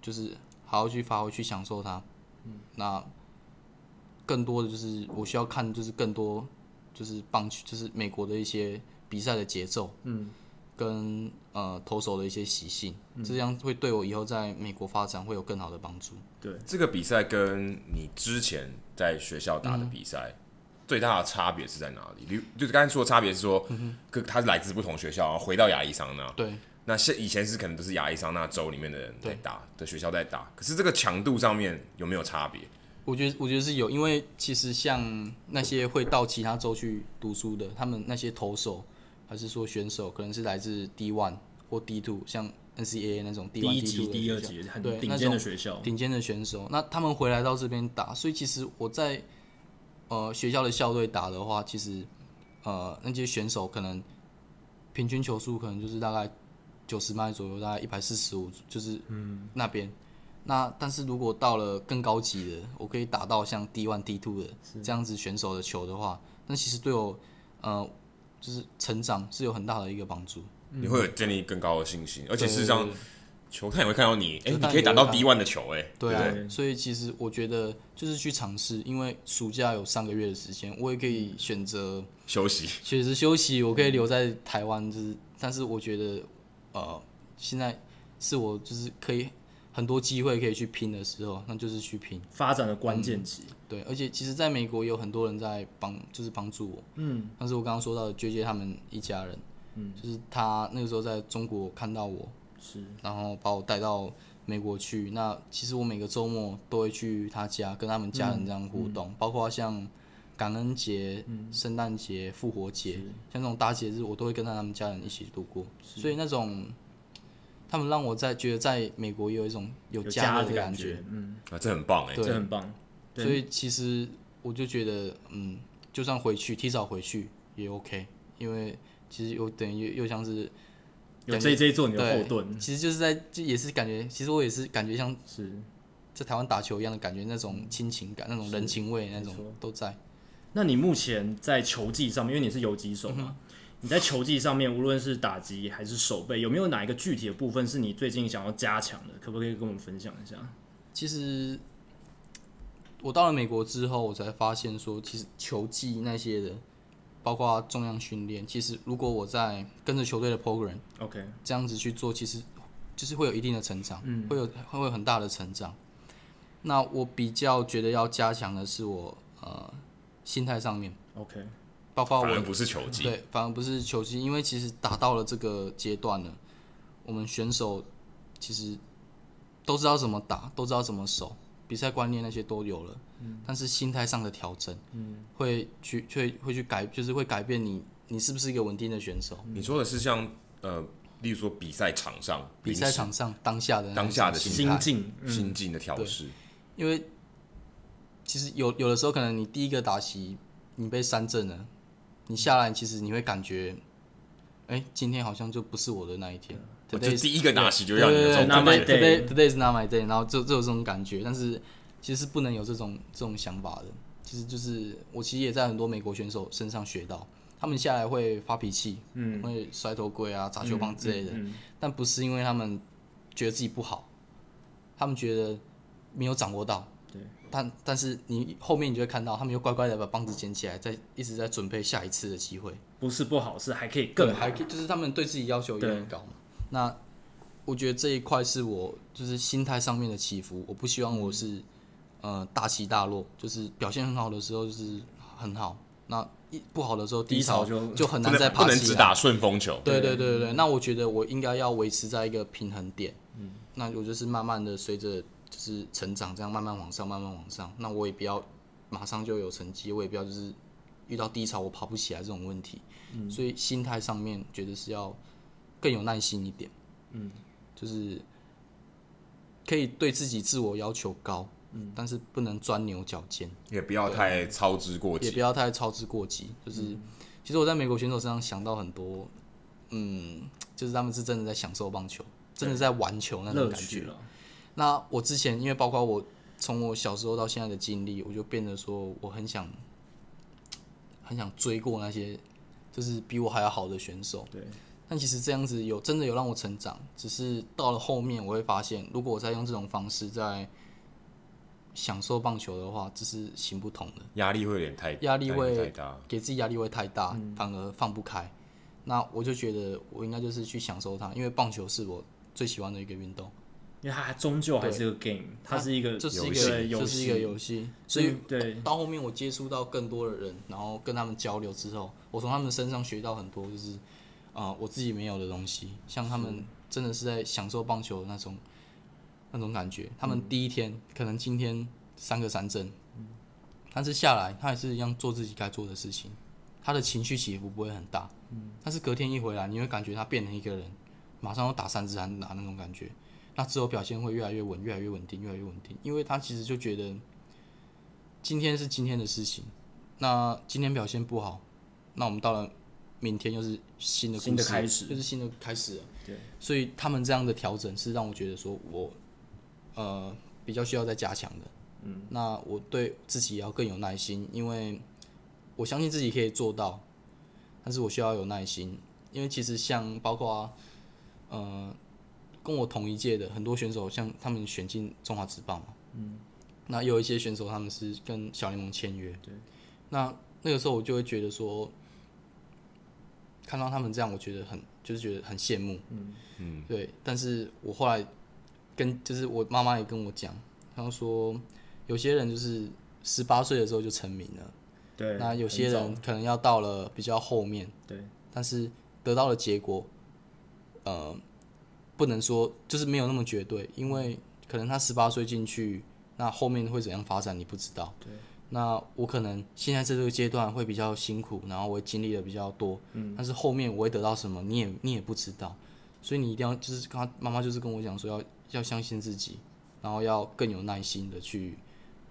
C: 就是好好去发挥去享受它，那更多的就是我需要看就是更多就是棒球就是美国的一些比赛的节奏，嗯，跟呃投手的一些习性，这样会对我以后在美国发展会有更好的帮助。
A: 这个比赛跟你之前在学校打的比
C: 嗯
A: 赛、最大的差别是在哪里？你就是刚才说的差别是说，
C: 嗯
A: 各他是来自不同学校，然后回到亚利桑那。
C: 对，
A: 那现以前是可能都是亚利桑那州里面的人在
C: 对
A: 打的学校在打，可是这个强度上面有没有差别？
C: 我觉得我觉得是有，因为其实像那些会到其他州去读书的，他们那些投手还是说选手，可能是来自 D one 或 D two，像 NCAA 那种 D
B: 第
C: one
B: 一级、
C: D
B: 第
C: two
B: 二
C: 的
B: 级很
C: 对
B: 顶
C: 那
B: 尖的
C: 种
B: 学校，
C: 顶尖的选手，那他们回来到这边打，所以其实我在呃学校的校队打的话，其实呃那些选手可能平均球速可能就是大概九十迈左右，大概一百四十五，就是那边。那但是如果到了更高级的，我可以打到像 D one、D two 的这样子选手的球的话，那其实对我呃就是成长是有很大的一个帮助。
A: 你会有建立更高的信心，而且事实
C: 嗯对
A: 上，球探也会看到你，哎、
C: 球探
A: 你可以打
C: 也
A: 到
C: 会
A: D
C: 看
A: one 的球、哎，
C: 对啊，
B: 对
C: 所以其实我觉得就是去尝试，因为暑假有三个月的时间，我也可以选
B: 嗯
C: 择
A: 休息，
C: 确实休息，我可以留在台湾，就是，但是我觉得，呃，现在是我就是可以很多机会可以去拼的时候，那就是去拼。
B: 发展的关
C: 嗯
B: 键期。
C: 对，而且其实在美国有很多人在帮，就是帮助我。
B: 嗯，
C: 但是我刚刚说到的 JJ 他们一家人，嗯，就是他那个时候在中国看到我，
B: 是
C: 然后把我带到美国去。那其实我每个周末都会去他家，跟他们家人这样互动，包括像感恩节、圣诞节、复活节，像这种大节日，我都会跟他们家人一起度过。所以那种他们让我在觉得在美国有一种有
B: 家
C: 的
B: 的
C: 感觉。
B: 觉，嗯，
A: 啊，这很棒、哎，
C: 对
B: 这很棒。对
C: 所以其实我就觉得，嗯，就算回去提早回去也 OK，因为其实有等于又像是
B: 有 J J 做你的
C: 对嗯
B: 后盾，
C: 其实就是在就也是感觉，其实我也是感觉像
B: 是
C: 在台湾打球一样的感觉，那种亲情感、那种人情味那
B: 没
C: 种
B: 错
C: 都在。
B: 那你目前在球技上面，因为你是游击手
C: 嗯
B: 嘛，你在球技上面，无论是打击还是手背，有没有哪一个具体的部分是你最近想要加强的？可不可以跟我们分享一下？
C: 其实我到了美国之后，我才发现说，其实球技那些的，包括重量训练，其实如果我在跟着球队的 program。
B: OK，
C: 这样子去做，其实就是会有一定的成长，
B: 嗯
C: 会有会有很大的成长。那我比较觉得要加强的是我呃心态上面，
B: OK，
C: 包括
A: 反而
C: 我
A: 不是球技，
C: 对，反而不是球技，因为其实打到了这个阶段了，我们选手其实都知道怎么打，都知道怎么守，比赛观念那些都有了，
A: 嗯
C: 但是心态上的调整，会去会会去改，就是会改变你你是不是一个稳定的选手，
A: 你说的是像呃，例如说比赛场上
C: 比赛场上当下的那
A: 当下
C: 种
A: 的
C: 心
A: 心
C: 态
B: 心。境，
A: 临时
B: 嗯
C: 嗯
A: 心境的调试，
C: 因为其实有有的时候可能你第一个打席你被三振了，你下来其实你会感觉，哎、今天好像就不是我的那一天。
A: 我
C: Today
A: 就
C: is-
A: 第一个打席就
C: 对
A: 让你有
C: 对
A: 这
C: 对
A: 种感觉，
B: my day
C: ，today today today is not my day，然后就就有这种感觉，但是其实是不能有这种这种想法的。其实就是我其实也在很多美国选手身上学到，他们下来会发脾气，嗯，会摔头盔啊、砸球棒之类的，
B: 嗯嗯
C: 但不是因为他们觉得自己不好，他们觉得没有掌握到。
B: 对，
C: 但但是你后面你就会看到，他们又乖乖的把棒子捡起来，在一直在准备下一次的机会，
B: 不是不好，是还可以更
C: 对
B: 好
C: 还。可以就是他们对自己要求也很高嘛。那我觉得这一块是我就是心态上面的起伏，我不希望我是呃大起大落，就是表现很好的时候就是很好，那一不好的时候
B: 低潮就
C: 就很难
A: 真
C: 再
A: 的
C: 爬
A: 不
C: 起来。
A: 能只打顺风球，
C: 对嗯对对对对，那我觉得我应该要维持在一个平衡点。嗯，那我就是慢慢的随着就是成长，这样慢慢往上，慢慢往上。那我也不要马上就有成绩，我也不要就是遇到低潮我跑不起来这种问题。嗯，所以心态上面觉得是要更有耐心一点。嗯，就是可以对自己自我要求高，嗯，但是不能钻牛角尖。
A: 也不要太操之过
C: 也
A: 急，
C: 不要太操之过急。就是、
B: 嗯
C: 其实我在美国选手身上想到很多，嗯，就是他们是真的在享受棒球，真的在玩球那种
B: 乐
C: 感
B: 趣
C: 觉。
B: 了，
C: 那我之前因为包括我从我小时候到现在的经历，我就变得说我很想很想追过那些就是比我还要好的选手。
B: 对，
C: 但其实这样子有真的有让我成长，只是到了后面我会发现，如果我再用这种方式在享受棒球的话，这是行不通的。
A: 压力会有点太
C: 压力会
A: 太大，
C: 给自己压力会太大，反而放不开。那我就觉得我应该就是去享受它，因为棒球是我最喜欢的一个运动，
B: 因为它终究还是个 game，它是一个
C: 这是一
B: 对
C: 个
B: 游
C: 这是一个
B: 戏，
C: 游戏。
B: 所
C: 所
B: 以
C: 以
B: 对
C: 呃到后面我接触到更多的人，然后跟他们交流之后，我从他们身上学到很多，就是啊、呃我自己没有的东西，像他们真的是在享受棒球的那种那种感觉。他们第一天、可能今天三个三振，但是下来他还是一样做自己该做的事情，他的情绪起伏不会很大，但是隔天一回来，你会感觉他变了一个人，马上要打三支安打那种感觉。那之后表现会越来越稳，越来越稳定，越来越稳定，因为他其实就觉得今天是今天的事情，那今天表现不好，那我们到了明天又是新的故事
B: 新的开始
C: 又是新的开始了。
B: 对，
C: 所以他们这样的调整是让我觉得说我呃比较需要再加强的。嗯，那我对自己也要更有耐心，因为我相信自己可以做到，但是我需要有耐心，因为其实像包括呃跟我同一届的很多选手，像他们选进中华职棒嘛，嗯，那有一些选手他们是跟小联盟签约，对，那那个时候我就会觉得说，看到他们这样，我觉得很就是觉得很羡慕，嗯嗯，对，但是我后来跟就是我妈妈也跟我讲，她说有些人就是十八岁的时候就成名了。
B: 对，
C: 那有些
B: 很早
C: 人可能要到了比较后面，
B: 对，
C: 但是得到的结果，呃，不能说就是没有那么绝对，因为可能他十八岁进去，那后面会怎样发展你不知道。对，那我可能现在这个阶段会比较辛苦，然后我会经历的比较多，嗯，但是后面我会得到什么，你也你也不知道，所以你一定要就是跟他妈妈就是跟我讲说要要相信自己，然后要更有耐心的去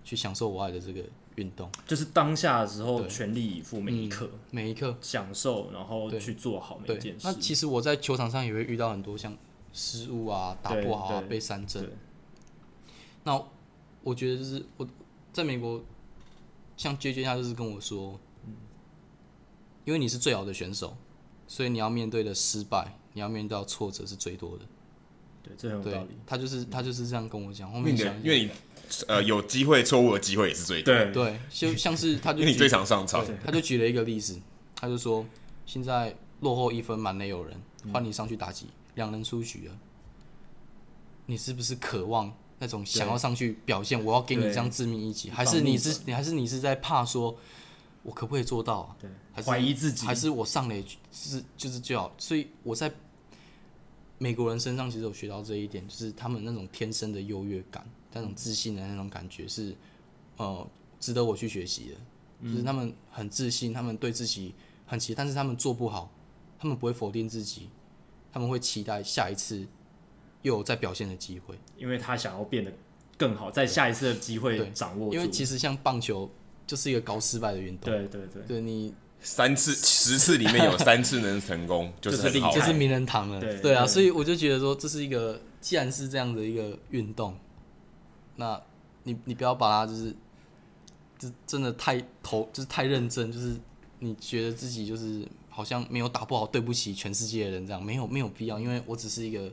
C: 去享受我爱的这个运动。
B: 就是当下的时候全力以赴每一刻，
C: 每嗯一刻
B: 享受，然后去做好每
C: 对，
B: 一件事
C: 那。其实我在球场上也会遇到很多像失误啊、打
B: 对
C: 不好啊
B: 对、
C: 被三振
B: 对。
C: 那我觉得就是我在美国，像 J J 他就是跟我说，
B: 嗯
C: 因为你是最好的选手，所以你要面对的失败，你要面对到挫折是最多的。
B: 对，这很有道
C: 对
B: 理。，
C: 他就是他就是这样跟我讲。后
A: 因为
C: 面
A: 你的
C: 想一
A: 因为你呃有机会错误的机会也是最多，
B: 对，
C: 对，就像是他就
A: 因为你
C: 举
A: 最常上场，
C: 对，他就举了一个例子，他就说现在落后一分，满垒有人，换你上去打击，两人出局了，你是不是渴望那种想要上去表现？我要给你这样致命一击，还是你是你还是你是在怕说，我可不可以做到啊？
B: 对
C: 还是
B: 怀疑自己
C: 还是我上垒是就是就好，所以我在美国人身上其实有学到这一点，就是他们那种天生的优越感，那种自信的那种感觉是，呃，值得我去学习的。
B: 嗯
C: 就是他们很自信，他们对自己很期，但是他们做不好，他们不会否定自己，他们会期待下一次又有再表现的机会。
B: 因为他想要变得更好，在下一次的机会
C: 对
B: 掌握住。
C: 因为其实像棒球就是一个搞失败的运动，
B: 对对对，
C: 对你
A: 三次十次里面有三次能成功，就是
B: 就是
A: 很好啊
B: 厉
C: 就
B: 害
C: 是名人堂了。
B: 对
C: 对啊，
B: 对
C: 所以我就觉得说，这是一个既然是这样的一个运动，那你你不要把它就是，这真的太投就是太认真，就是你觉得自己就是好像没有打不好，对不起全世界的人这样，没有没有必要，因为我只是一个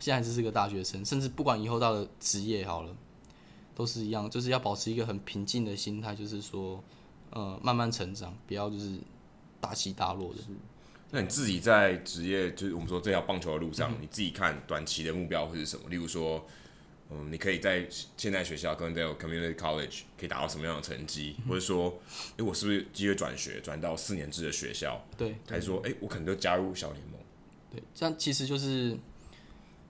C: 现在只是个大学生，甚至不管以后到了职业好了，都是一样，就是要保持一个很平静的心态，就是说，呃，慢慢成长，不要就是大起大落的。
A: 那你自己在职业，就是我们说这条棒球的路
B: 嗯
A: 上，你自己看短期的目标会是什么？例如说，嗯，你可以在现在学校跟在 community college 可以达到什么样的成绩，
B: 嗯
A: 或者说，哎、我是不是机会转学，转到四年制的学校，
C: 对，
A: 还是说，哎、我可能就加入小联盟？
C: 对，这样其实就是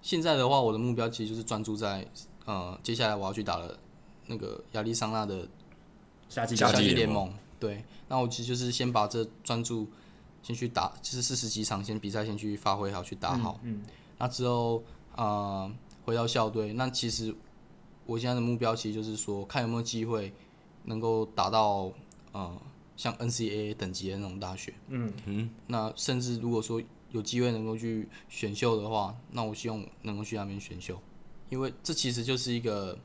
C: 现在的话，我的目标其实就是专注在呃，接下来我要去打的那个亚利桑那的
B: 夏季
A: 夏季
C: 季
A: 联
C: 联盟。对，那我其实就是先把这专注先去打，就是四十几场先比赛先去发挥好，去打好。嗯，那之后呃回到校队，那其实我现在的目标其实就是说，看有没有机会能够达到呃像 NCAA 等级的那种大学。
B: 嗯，
C: 那甚至如果说有机会能够去选秀的话，那我希望能够去那边选秀，因为这其实就是一个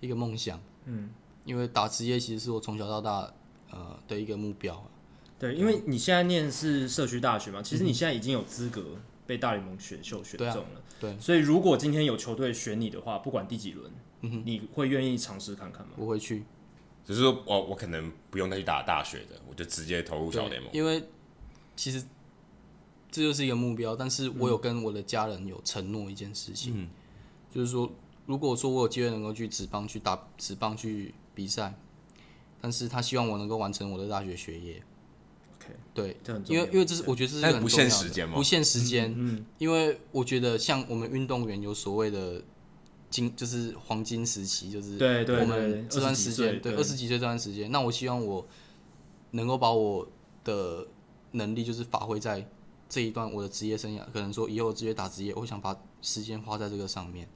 C: 一个梦想。嗯，因为打职业其实是我从小到大呃的一个目标。
B: 对，因为你现在念是社区大学嘛，其实你现在已经有资格被大联盟选秀选中
C: 对啊
B: 了。
C: 对，
B: 所以如果今天有球队选你的话，不管第几轮，你会愿意尝试看看吗？
C: 我会
A: 嗯
C: 去
A: 只是说哦我我可能不用再去打大学的，我就直接投入小
C: 对
A: 联盟。
C: 因为其实这就是一个目标，但是我
B: 嗯
C: 有跟我的家人有承诺一件事
A: 嗯
C: 情，就是说，如果说我有机会能够去职棒去打职棒去比赛，但是他希望我能够完成我的大学学业。
B: OK
C: 对，
B: 这很重
C: 因
B: 要嗯
C: 为因为这是我觉得这是
A: 但
C: 很
A: 不
C: 重要
A: 限
C: 的
A: 时间吗
C: 不限时间，因为我觉得像我们运动员有所谓的金，就是黄金时期，就是
B: 对对
C: 我
B: 对
C: 们这段时
B: 20几岁
C: 间，对
B: 对
C: 二十几岁这段时间，那我希望我能够把我的能力就是发挥在这一段我的职业生涯，可能说以后职业打职业，我想把时间花在这个上面。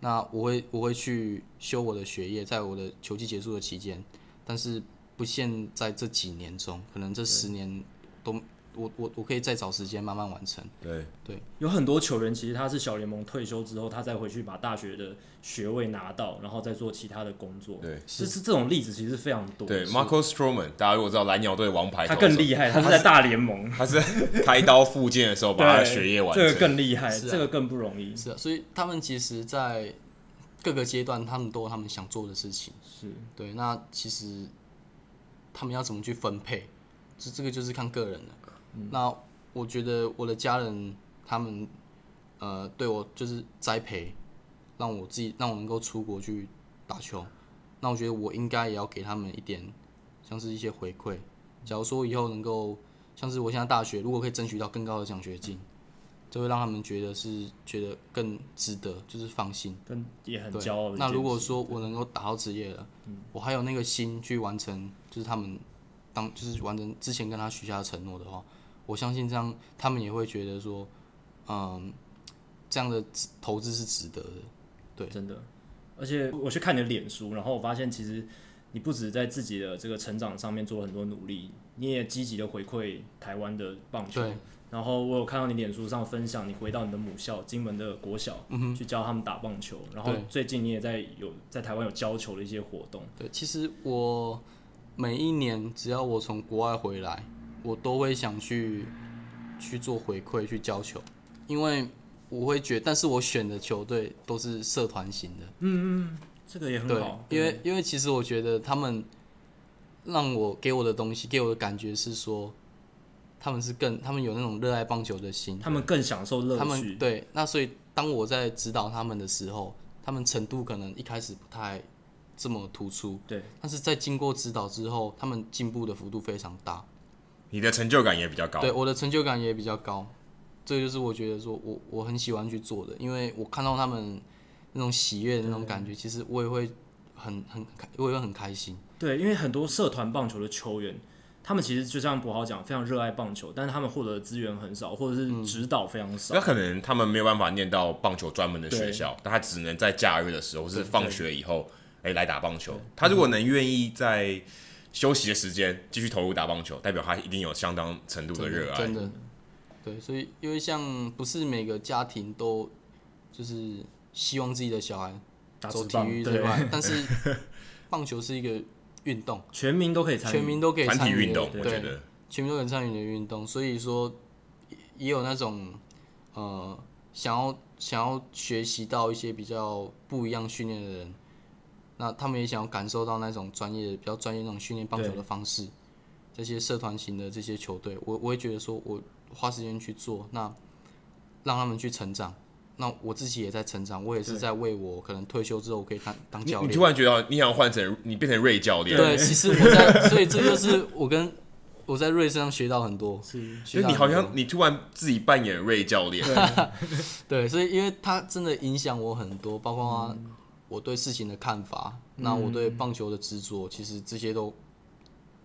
C: 那我会我会去修我的学业，在我的球季结束的期间，但是不限在这几年中，可能这十年都我我我可以再找时间慢慢完成。
A: 对，
B: 有很多球员其实他是小联盟退休之后，他再回去把大学的学位拿到，然后再做其他的工作。
A: 对
B: 这是这种例子其实非常多。
A: 对，Marco Stroman，大家如果知道蓝鸟队王牌，
B: 他更厉害，他是在大联盟，
A: 他是开刀复健的时候把他的学业完
B: 这个
A: 成。
B: 更厉害，
C: 是啊
B: 这个更不容易。
C: 是啊，所以他们其实，在各个阶段，他们都有他们想做的事情。
B: 是
C: 对，那其实他们要怎么去分配，这这个就是看个人了。那我觉得我的家人他们呃对我就是栽培，让我自己让我能够出国去打球。那我觉得我应该也要给他们一点，像是一些回馈。假如说以后能够，像是我现在大学，如果可以争取到更高的奖学金，这会让他们觉得是觉得更值得，就是放心。
B: 跟也很
C: 对，
B: 骄傲的一件事。嗯
C: 那如果说我能够打到职业了，我还有那个心去完成，就是他们当就是完成之前跟他许下的承诺的话，我相信这样他们也会觉得说，嗯，这样的投资是值得的。对
B: 真的，而且我去看你的脸书，然后我发现其实你不止在自己的这个成长上面做了很多努力，你也积极的回馈台湾的棒球
C: 对。
B: 然后我有看到你脸书上分享，你回到你的母校金门的国小、嗯、去教他们打棒球，然后
C: 对
B: 最近你也在有在台湾有教球的一些活动，
C: 对，其实我每一年只要我从国外回来，我都会想去去做回馈，去教球，因为我会觉但是我选的球队都是社团型的。
B: 这个也很
C: 对
B: 好，，
C: 因为因为其实我觉得他们让我给我的东西，给我的感觉是说，他们是更他们有那种热爱棒球的心，
B: 他们更享受乐
C: 他
B: 趣
C: 们，对，那所以当我在指导他们的时候，他们程度可能一开始不太这么突出，
B: 对，
C: 但是在经过指导之后，他们进步的幅度非常大，
A: 你的成就感也比较高。
C: 对我的成就感也比较高，这就是我觉得说我我很喜欢去做的，因为我看到他们那种喜悦的那种感觉，其实我也会很很开，我也会很开心。
B: 对，因为很多社团棒球的球员，他们其实就像博豪讲，非常热爱棒球，但是他们获得的资源很少，或者是
C: 嗯
B: 指导非常少。
A: 那可能他们没有办法念到棒球专门的学校，但他只能在假日的时候，或是放学以后，哎、来打棒球。他如果能愿意在休息的时间继续投入打棒球，代表他一定有相当程度的热爱。
C: 真的，对，所以因为像不是每个家庭都就是希望自己的小孩
B: 打
C: 走
B: 职
C: 体
B: 棒
C: 育这
B: 对，
C: 块，但是 棒球是一个运 动，
B: 全民都可以参与，
C: 全民都可以
A: 团
C: 参
A: 体
C: 与
A: 运
C: 的
A: 动，我觉
C: 对，
A: 得
C: 全民都可以参与的运动，所以说也也有那种呃想要想要学习到一些比较不一样训练的人。那他们也想要感受到那种专业、比较专业那种训练棒球
B: 对
C: 的方式，这些社团型的这些球队，我我会觉得说，我花时间去做，那让他们去成长，那我自己也在成长，我也是在为我可能退休之后我可以当当教
A: 你
C: 练
A: 突。然觉得你想换成你变成瑞教练，
C: 对，其实我在，所以这就是我跟我在瑞士上学到很多，
B: 是
A: 就
C: 学
A: 是
C: 到
A: 你
C: 很
A: 好
C: 多
A: 像你突然自己扮演瑞教练，
C: 对，所以因为他真的影响我很多，包括
A: 嗯
C: 我对事情的看法，那我对棒球的执着，其实这些都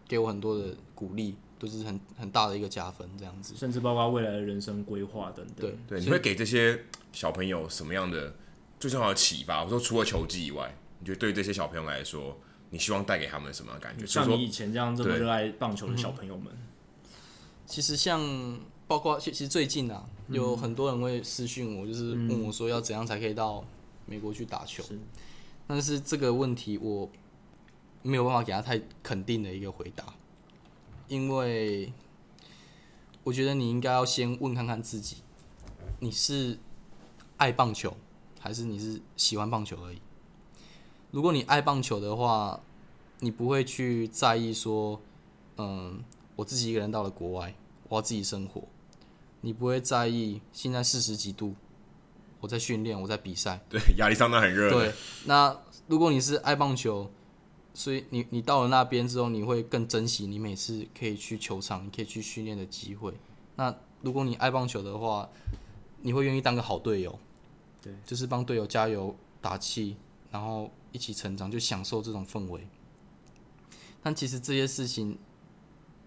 C: 给我很多的鼓励，都、是很很大的一个加分，这样子。
B: 甚至包括未来的人生规划等等。
C: 对，
A: 对，你会给这些小朋友什么样的最重要的启发？我说除了球技以外，你觉得对这些小朋友来说，你希望带给他们什么样的感觉？就是
B: 像
A: 说
B: 你以前这样这么
A: 对
B: 热爱棒
C: 嗯
B: 球的小朋友们，
C: 其实像包括其其实最近啊，有很多人会私讯我，就是问我说要怎样才可以到美国去打球。但是这个问题我没有办法给他太肯定的一个回答，因为我觉得你应该要先问看看自己，你是爱棒球还是你是喜欢棒球而已。如果你爱棒球的话，你不会去在意说，嗯，我自己一个人到了国外，我要自己生活，你不会在意现在四十几度，我在训练，我在比赛。
A: 对亚历山大很热，
C: 对，那如果你是爱棒球，所以你你到了那边之后，你会更珍惜你每次可以去球场、你可以去训练的机会。那如果你爱棒球的话，你会愿意当个好队友，
B: 对，
C: 就是帮队友加油打气，然后一起成长，就享受这种氛围。但其实这些事情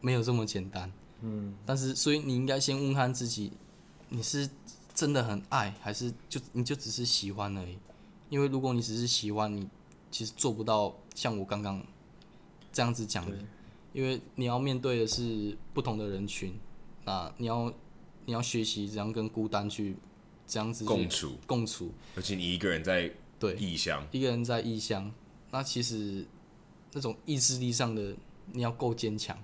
C: 没有这么简单，嗯，但是所以你应该先问看自己，你是真的很爱，还是就你就只是喜欢而已？因为如果你只是喜欢，你其实做不到像我刚刚这样子讲的，因为你要面对的是不同的人群，那你要你要学习怎样跟孤单去这样子去
A: 共处，
C: 共处，
A: 尤其你一个人在
C: 对，
A: 异乡，
C: 一个人在异乡，那其实那种意志力上的你要够坚强，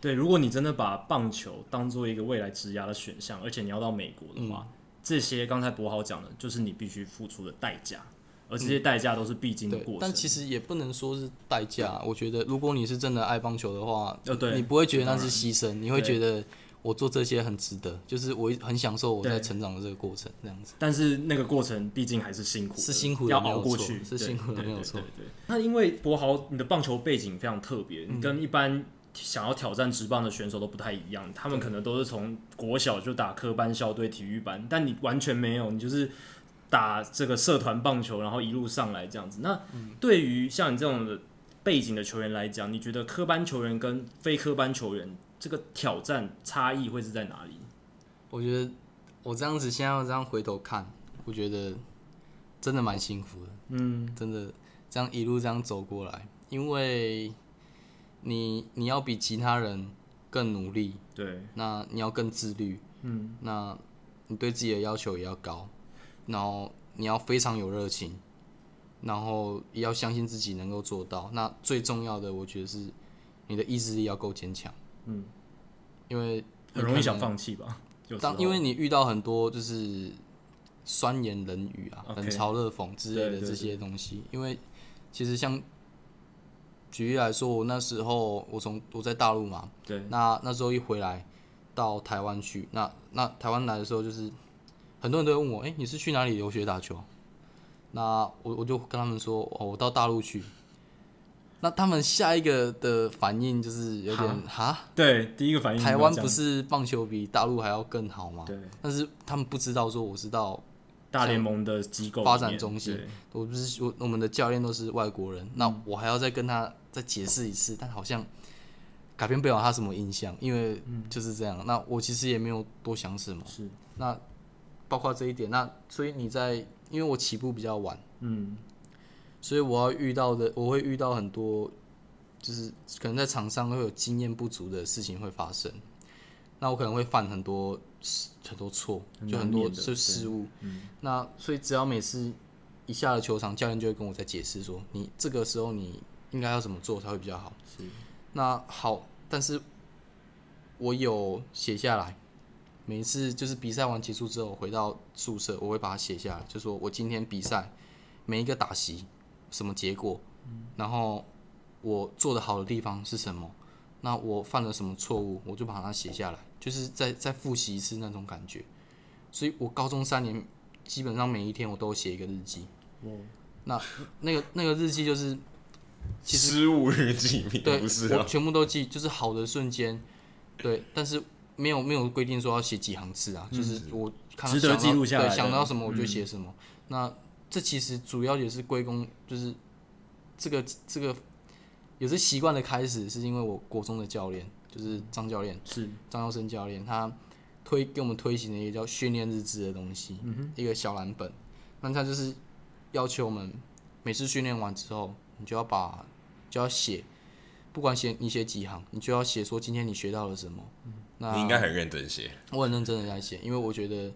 B: 对，如果你真的把棒球当做一个未来职涯的选项，而且你要到美国的
C: 嗯
B: 话，这些刚才博豪讲的，就是你必须付出的代价，而这些代价都是必经的
C: 嗯对
B: 过程。，
C: 但其实也不能说是代价。我觉得如果你是真的爱棒球的话，
B: 呃对
C: 你不会觉得那是牺牲，你会
B: 对
C: 觉得我做这些很值得，就是我很享受我在
B: 对
C: 成长的这个过程，这样子。
B: 但是那个过程毕竟还是辛苦的，
C: 是辛苦的
B: 要
C: 没有
B: 熬过
C: 错
B: 去，
C: 是
B: 对
C: 辛苦的
B: 对
C: 没有
B: 对
C: 错
B: 对嗯对那因为博豪，你的棒球背景非常特别，你跟一般想要挑战职棒的选手都不太一样，他们可能都是从国小就打科班、校队、体育班，但你完全没有，你就是。打这个社团棒球，然后一路上来这样子。那对于像你这种的背景的球员来讲，你觉得科班球员跟非科班球员这个挑战差异会是在哪里？
C: 我觉得我这样子现在要这样回头看，我觉得真的蛮辛苦的，
B: 嗯，
C: 真的这样一路这样走过来，因为你你要比其他人更努力，
B: 对，
C: 那你要更自律，
B: 嗯，
C: 那你对自己的要求也要高，然后你要非常有热情，然后也要相信自己能够做到。那最重要的，我觉得是你的意志力要够坚强，
B: 嗯，
C: 因为
B: 很容易想
C: 你可能
B: 放弃吧？有时候
C: 当因为你遇到很多就是酸言冷语啊、
B: OK
C: 冷嘲热讽之类
B: 对
C: 的
B: 对
C: 这些东西，因为其实像举例来说，我那时候我从我在大陆嘛，
B: 对
C: 那那时候一回来到台湾去，那那台湾来的时候，就是很多人都会问我，哎、你是去哪里留学打球？啊那我我就跟他们说，哦，我到大陆去。那他们下一个的反应就是有点哈，
B: 对第一个反应，
C: 台湾不是棒球比大陆还要更好吗？
B: 对
C: 但是他们不知道说我是到
B: 大联盟的机构里面
C: 发展中心
B: 对
C: 我不是我我们的教练都是外国人，那我还要再跟他再解释一次，但好像改变不了他什么印象，因为就是这样。那我其实也没有多想什么，
B: 是
C: 那包括这一点，那所以你在因为我起步比较晚，
B: 嗯
C: 所以我要遇到的我会遇到很多，就是可能在场上会有经验不足的事情会发生，那我可能会犯很多很多错，
B: 很
C: 就很
B: 难
C: 多
B: 免的
C: 就失误。
B: 嗯
C: 那所以只要每次一下了球场，教练就会跟我在解释说，你这个时候你应该要怎么做才会比较好。
B: 是
C: 那好，但是我有写下来，每一次就是比赛完结束之后回到宿舍，我会把它写下来，就说我今天比赛每一个打席什么结果，然后我做的好的地方是什么，那我犯了什么错误，我就把它写下来，就是再再复习一次那种感觉。所以我高中三年基本上每一天我都有写一个日记，
B: 我
C: 那那个那个日记就是其实
A: 失误日记并
C: 对，
A: 不是
C: 我
A: 啊，
C: 全部都记，就是好的瞬间，对，但是没有没有规定说要写几行字啊，就是我看到
B: 嗯值得
C: 想到
B: 记录下来
C: 对，
B: 的嗯
C: 想到什么我就写什么。那这其实主要也是归功，就是这个这个有这习惯的开始，是因为我国中的教练，就是张教练。
B: 是
C: 张耀生教练，他推给我们推行了一个叫训练日志的东西，
A: 嗯
C: 一个小蓝本。那他就是要求我们每次训练完之后，你就要把就要写，不管写你写几行，你就要写说今天你学到了什么。那
A: 嗯你应该很认真写，
C: 我很认真的在写，因为我觉得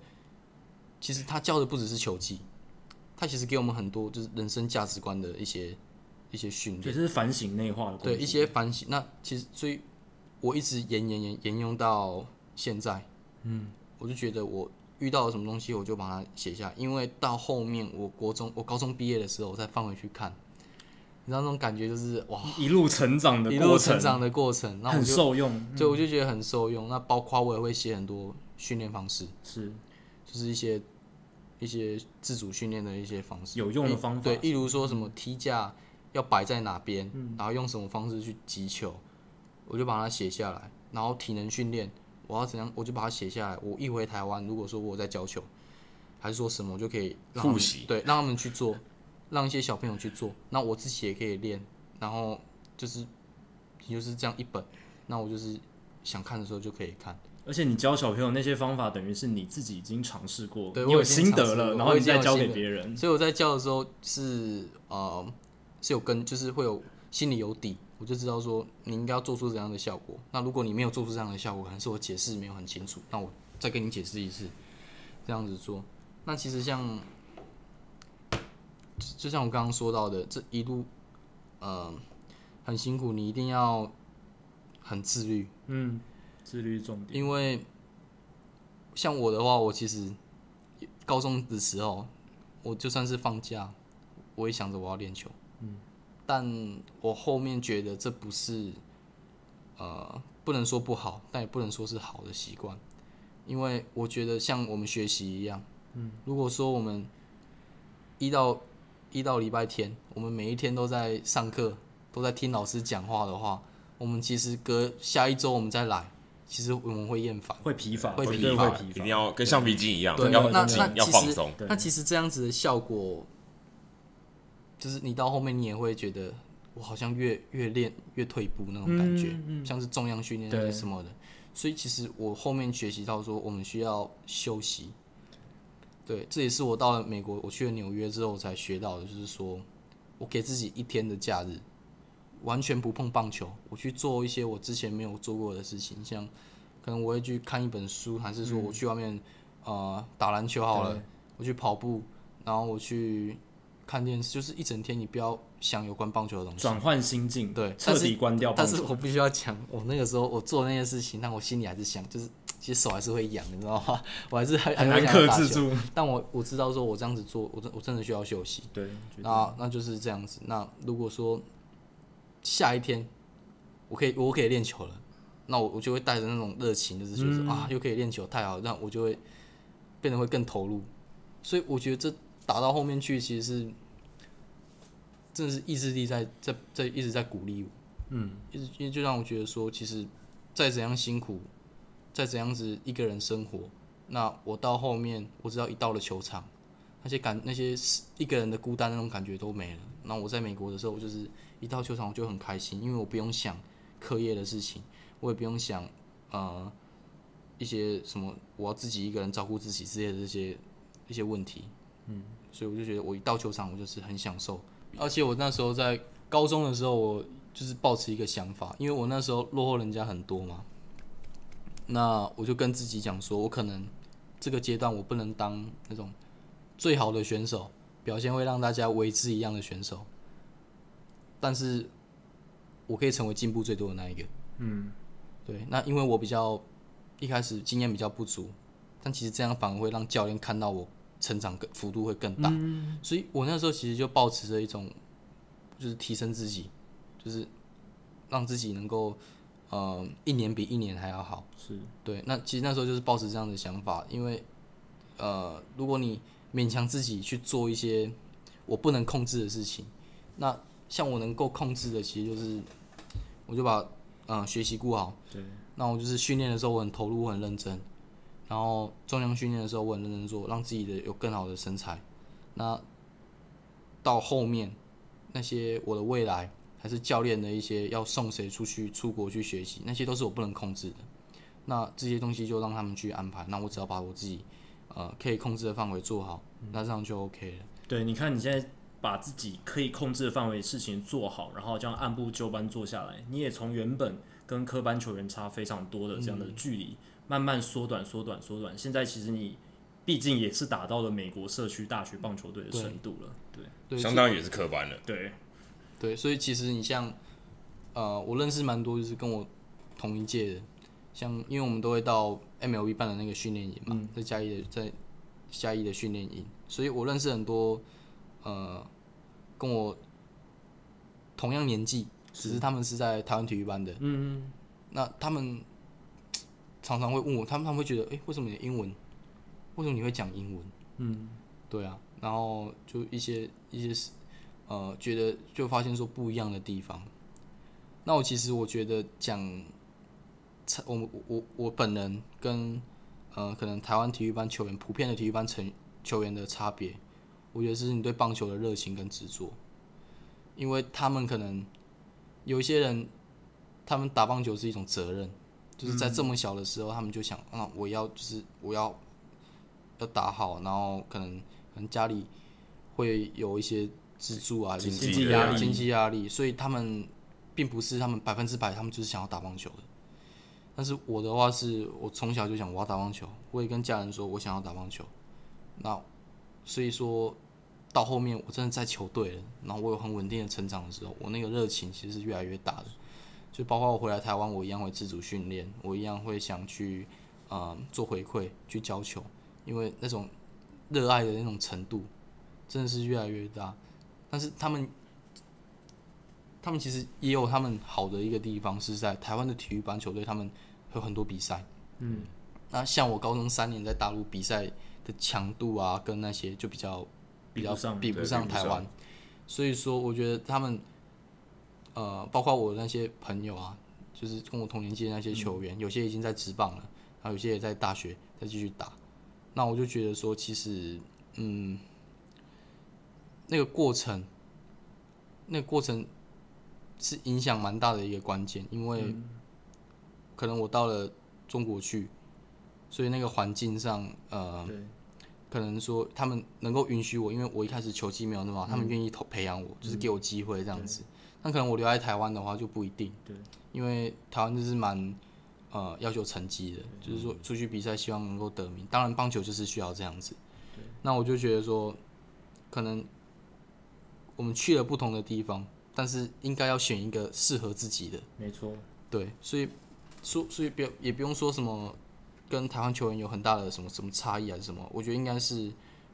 C: 其实他教的不只是球技，他其实给我们很多就是人生价值观的一些一些训练
B: 对，。这是反省内化的功
C: 对
B: 夫
C: 一些反省。那其实所以我一直沿沿沿沿用到现在，嗯，我就觉得我遇到了什么东西，我就把它写下，因为到后面我国中我高中毕业的时候，我再放回去看，你知道那种感觉就是哇，
B: 一路成长的
C: 一路
B: 过程
C: 成，长的过程，那我
B: 很
C: 就
B: 受用
C: 对我就觉得很受用。那包括我也会写很多训练方式，
B: 是
C: 就是一些。一些自主训练的一些方式，
B: 有用的方法嗯
C: 对，例如说什么踢架要摆在哪边，然后用什么方式去击球，我就把它写下来。然后体能训练，我要怎样，我就把它写下来。我一回台湾，如果说我有在教球，还是说什么，我就可以让他们
A: 复习
C: 对，让他们去做，让一些小朋友去做。那我自己也可以练，然后就是就是这样一本，那我就是想看的时候就可以看。
B: 而且你教小朋友那些方法，等于是你自己已经尝试过，
C: 对
B: 你
C: 我
B: 有
C: 已经
B: 心
C: 尝
B: 得
C: 试
B: 了，
C: 过
B: 然后
C: 我
B: 你
C: 已经
B: 再
C: 有
B: 教
C: 心
B: 给
C: 得
B: 别人。
C: 所以我在教的时候是呃是有跟，就是会有心里有底，我就知道说你应该要做出怎样的效果。那如果你没有做出这样的效果，可能是我解释没有很清楚，那我再跟你解释一次，这样子做。那其实像，就就像我刚刚说到的，这一路，呃，很辛苦，你一定要很自律，
B: 嗯，自律重点，
C: 因为像我的话，我其实高中的时候，我就算是放假，我也想着我要练球。嗯，但我后面觉得这不是呃，不能说不好，但也不能说是好的习惯，因为我觉得像我们学习一样，嗯，如果说我们一到一到礼拜天，我们每一天都在上课，都在听老师讲话的话，我们其实隔下一周我们再来，其实我们会厌烦。
B: 会疲乏，
C: 会
B: 绝
C: 疲
B: 对会
C: 乏
A: 一
B: 疲
A: 定
B: 乏，
A: 要跟橡皮筋一样，
C: 对，
A: 要
C: 那
A: 很紧
C: 那，
A: 要
C: 其
A: 放
C: 实
A: 松。
C: 那其实这样子的效果，就是你到后面你也会觉得，我好像越越练越退步那种感觉，
B: 嗯嗯
C: 像是重量训练那
B: 对
C: 些什么的。所以其实我后面学习到说，我们需要休息。对，这也是我到了美国，我去了纽约之后才学到的，就是说我给自己一天的假日，完全不碰棒球，我去做一些我之前没有做过的事情，像可能我会去看一本书，还是说
B: 嗯
C: 我去外面、呃打篮球好了，我去跑步，然后我去看电视，就是一整天你不要想有关棒球的东西。
B: 转换心境，
C: 对
B: 彻
C: 但
B: 底关掉棒
C: 但是
B: 球。
C: 我必须要讲，我那个时候我做那些事情，但我心里还是想，就是其实手还是会痒，你知道吗？ 我还是很
B: 很
C: 会
B: 难
C: 想要
B: 克
C: 打
B: 制
C: 球
B: 住，
C: 但我我知道说我这样子做，我真我真的需要休息。
B: 对，绝对
C: 那那就是这样子。那如果说下一天我可以我可以练球了，那我我就会带着那种热情，就是觉得说、啊又可以练球，太好了，那我就会变得会更投入。所以我觉得这打到后面去，其实是真的是意志力在在在一直在鼓励我。嗯，一直因为就让我觉得说，其实再怎样辛苦，再怎样子一个人生活，那我到后面我知道一到了球场。那些感那些一个人的孤单那种感觉都没了。那我在美国的时候，我就是一到球场我就很开心，因为我不用想课业的事情，我也不用想呃一些什么我要自己一个人照顾自己之类的这些一些问题。嗯，所以我就觉得我一到球场我就是很享受，而且我那时候在高中的时候，我就是抱持一个想法，因为我那时候落后人家很多嘛，那我就跟自己讲说，我可能这个阶段我不能当那种。最好的选手，表现会让大家为之一样的选手，但是我可以成为进步最多的那一个。嗯，对。那因为我比较一开始经验比较不足，但其实这样反而会让教练看到我成长更幅度会更大。所以我那时候其实就保持着一种就是提升自己，就是让自己能够呃一年比一年还要好。
B: 是
C: 对，那其实那时候就是抱持这样的想法，因为呃，如果你勉强自己去做一些我不能控制的事情，那像我能够控制的，其实就是我就把嗯、呃学习顾好，
B: 对，
C: 那我就是训练的时候我很投入，我很认真，然后重量训练的时候我很认真做，让自己的有更好的身材。那到后面那些我的未来，还是教练的一些要送谁出去出国去学习，那些都是我不能控制的。那这些东西就让他们去安排，那我只要把我自己呃可以控制的范围做好，那这样就 OK 了。
B: 对，你看你现在把自己可以控制的范围事情做好，然后这样按部就班做下来，你也从原本跟科班球员差非常多的这样的
C: 嗯
B: 距离，慢慢缩短、缩短、缩短。现在其实你毕竟也是打到了美国社区大学棒球队的
C: 对
B: 深度了，对
C: 对，
A: 相当于也是科班了。
B: 对，
C: 对，所以其实你像，呃，我认识蛮多就是跟我同一届的，像因为我们都会到 MLB 办的那个训练营嘛，在嘉义的在嘉义的训练营，所以我认识很多呃跟我同样年纪，只是他们是在台湾体育班的，嗯，那他们常常会问我，他们他们会觉得，哎、为什么你的英文，为什么你会讲英文？嗯，对啊，然后就一些一些呃，觉得就发现说不一样的地方。那我其实我觉得讲，差我我我本人跟呃可能台湾体育班球员普遍的体育班成球员的差别，我觉得是你对棒球的热情跟执着，因为他们可能有一些人，他们打棒球是一种责任，就是在这么小的时候，他们就想啊，我要就是我要要打好，然后可能可能家里会有一些资助啊，
A: 经
B: 济
C: 啊经济
B: 压
C: 压
B: 力
C: 经济压力，所以他们并不是他们百分之百，他们就是想要打棒球的。但是我的话是，我从小就想我要打棒球，我也跟家人说我想要打棒球。那所以说到后面我真的在球队了，然后我有很稳定的成长的时候，我那个热情其实是越来越大的。就包括我回来台湾，我一样会自主训练，我一样会想去呃做回馈，去教球，因为那种热爱的那种程度真的是越来越大。但是他们他们其实也有他们好的一个地方，是在台湾的体育班球队，他们有很多比赛。
B: 嗯，
C: 那像我高中三年在大陆比赛的强度啊，跟那些就比较
B: 比
C: 比较
B: 不上
C: 比
A: 对
C: 不上
A: 比不
C: 台
A: 上
C: 湾，所以说我觉得他们呃，包括我那些朋友啊，就是跟我同年纪的那些球员，有些已经在职棒了，然后有些也在大学再继续打。那我就觉得说，其实嗯，那个过程，那个过程是影响蛮大的一个关键，因为可能我到了中国去，所以那个环境上，呃，
B: 对，
C: 可能说他们能够允许我，因为我一开始球技没有那么好，他们愿意投培养我，就是给我机会这样子。那可能我留在台湾的话就不一定，
B: 对，
C: 因为台湾就是蛮呃要求成绩的，就是说出去比赛希望能够得名。当然棒球就是需要这样子。那我就觉得说，可能我们去了不同的地方，但是应该要选一个适合自己的。
B: 没错，
C: 对，所以说，所以不要也不用说什么跟台湾球员有很大的什么什么差异还是什么，我觉得应该是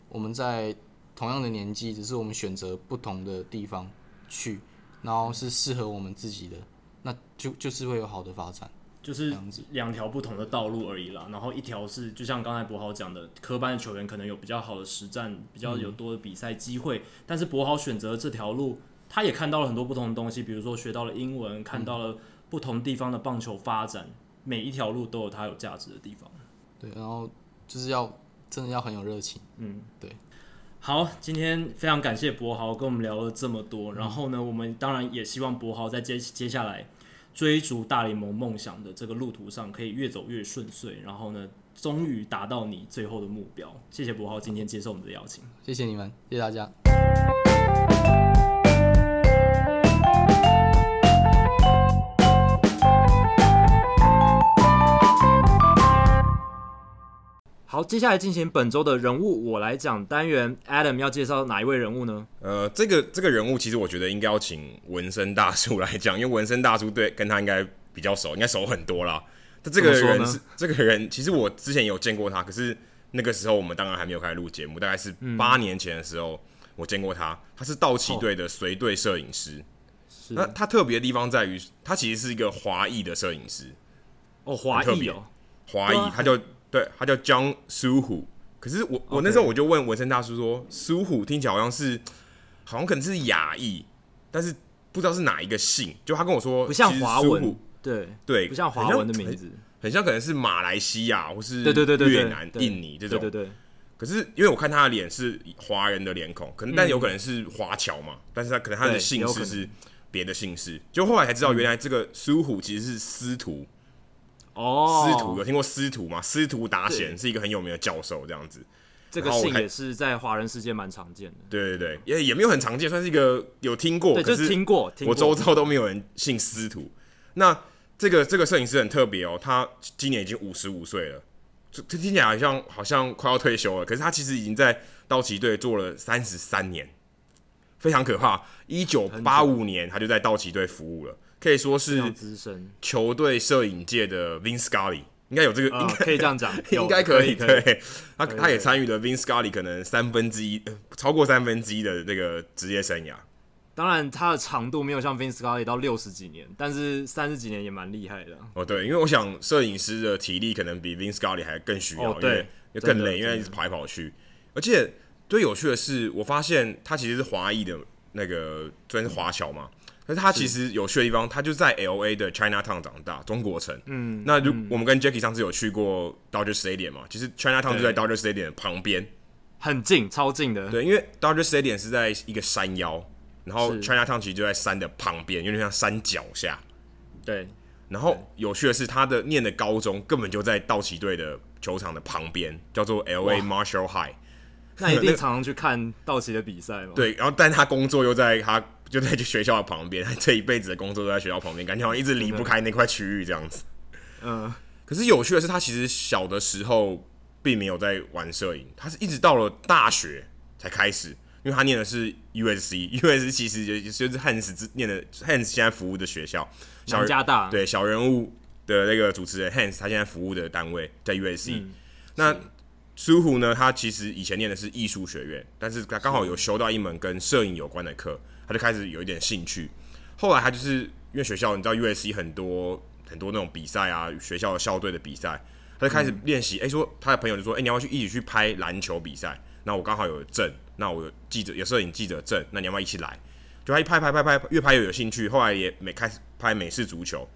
C: 我们在同样的年纪，只是我们选择不同的地方去，然后是适合我们自己的，那就就是会有好的发展。
B: 就是
C: 这样子
B: 两条不同的道路而已啦。然后一条是就像刚才博豪讲的，科班的球员可能有比较好的实战，比较有多的比赛机会，但是博豪选择这条路，他也看到了很多不同的东西，比如说学到了英文，看到了不同地方的棒球发展，每一条路都有它有价值的地方。
C: 对，然后就是要真的要很有热情。
B: 嗯，
C: 对。
B: 好，今天非常感谢博豪跟我们聊了这么多，然后呢，我们当然也希望博豪在接接下来追逐大联盟梦想的这个路途上，可以越走越顺遂，然后呢，终于达到你最后的目标。谢谢博豪今天接受我们的邀请。
C: 谢谢你们，谢谢大家。
B: 好，接下来进行本周的人物我来讲单元，Adam 要介绍哪一位人物呢？
A: 呃，这个这个人物其实我觉得应该要请纹身大叔来讲，因为纹身大叔对跟他应该比较熟，应该熟很多啦。但这个
B: 怎么说呢
A: 人是这个人，其实我之前也有见过他，可是那个时候我们当然还没有开始录节目，大概是
B: 嗯
A: 八年前的时候、我见过他。他是道奇队的随队摄影师，
B: 哦是
A: 那他特别的地方在于，他其实是一个华裔的摄影师，
B: 哦，华
A: 很特
B: 裔
A: 别
B: 哦，
A: 华
B: 对啊
A: 裔，他叫对，他叫 John Suhu。可是我我
B: OK
A: 那时候我就问纹身大叔说，苏虎听起来好像是，好像可能是亚裔，但是不知道是哪一个姓。就他跟我说，
B: 不像
A: 其实
B: 华
A: 苏
B: 文
A: 虎，
B: 对，
A: 对，
B: 不像华
A: 很
B: 文的名
A: 很
B: 字，
A: 很像可能是马来西亚或是
B: 对对对对对
A: 越南、
B: 对
A: 印尼这
B: 对
A: 种
B: 对。对，
A: 可是因为我看他的脸是华人的脸孔，可能但有可能是华侨嘛，但是他可能他的
B: 对
A: 姓
B: 有可
A: 氏
B: 能
A: 是别的姓氏。就后来才知道，原来这个苏虎其实是司徒，
B: 哦，
A: 司徒有听过司徒吗？司徒达
B: 对
A: 贤是一个很有名的教授，这样子。
B: 这个
A: 然后我
B: 姓
A: 还
B: 也是在华人世界蛮常见的。
A: 对对对，也也没有很常见，算是一个有听过，
B: 对，
A: 哦可
B: 就是
A: 是
B: 听过，听
A: 我
B: 过
A: 周遭都没有人姓司徒。那这个这个摄影师很特别哦，他今年已经五十五岁了，这这听起来好像好像快要退休了，可是他其实已经在道奇队做了三十三年，非常可怕。一九八五年他就在道奇队服务了，可以说
B: 非
A: 是
B: 常资深，
A: 球队摄影界的 Vin Scully，应该有这个，
B: 呃
A: 应该
B: 可以这 样讲，有
A: 应该可以，
B: 可以，
A: 对，他
B: 可以
A: 他也
B: 可以
A: 参与了 Vin Scully 可能三分之一，呃超过三分之一的这个职业生涯。
B: 当然，它的长度没有像 Vince Scully 到六十几年，但是三十几年也蛮厉害的。啊
A: 哦，对，因为我想摄影师的体力可能比 Vin Scully 还更需要，
B: 哦
A: 因
B: 对
A: 为因为
B: 真的
A: 更累，因为
B: 真的
A: 一直跑来跑去。而且最有趣的是，我发现他其实是华裔的那个，虽然是华侨嘛，但是他其实有趣的地方，他就在 L A 的 China Town 长大，中国城。嗯，那如我们跟 Jackie 上次有去过 Dodger Stadium 嘛，其实 China Town 就在 Dodger Stadium 的旁边。
B: 嗯很近，超近的。
A: 对，因为 Dodger Stadium 是在一个山腰，然后
B: 是
A: China Town 其实就在山的旁边，有点像山脚下。
B: 对，
A: 然后有趣的是，他的念的高中根本就在道奇队的球场的旁边，叫做 L A Marshall High。
B: 那一定常常去看道奇的比赛嘛？，
A: 对，然后但他工作又在他就在学校的旁边，这一辈子的工作都在学校旁边，感觉好像一直离不开那块区域这样子。
B: 嗯，
A: 可是有趣的是，他其实小的时候并没有在玩摄影，他是一直到了大学才开始，因为他念的是 USC，USC 其实就就是汉斯之念的汉斯现在服务的学校，小
B: 南加大，
A: 对小人物的那个主持人 Hans，他现在服务的单位在 USC、那苏虎呢，他其实以前念的是艺术学院，但是他刚好有修到一门跟摄影有关的课，他就开始有一点兴趣。后来他就是因为学校，你知道 USC 很多很多那种比赛啊，学校的校队的比赛，他就开始练习。哎、说他的朋友就说，哎、你要不要去一起去拍篮球比赛？那我刚好有证，那我有记者有摄影记者证，那你要不要一起来？就他一拍拍拍拍，越拍越有兴趣，后来也没开始拍美式足球，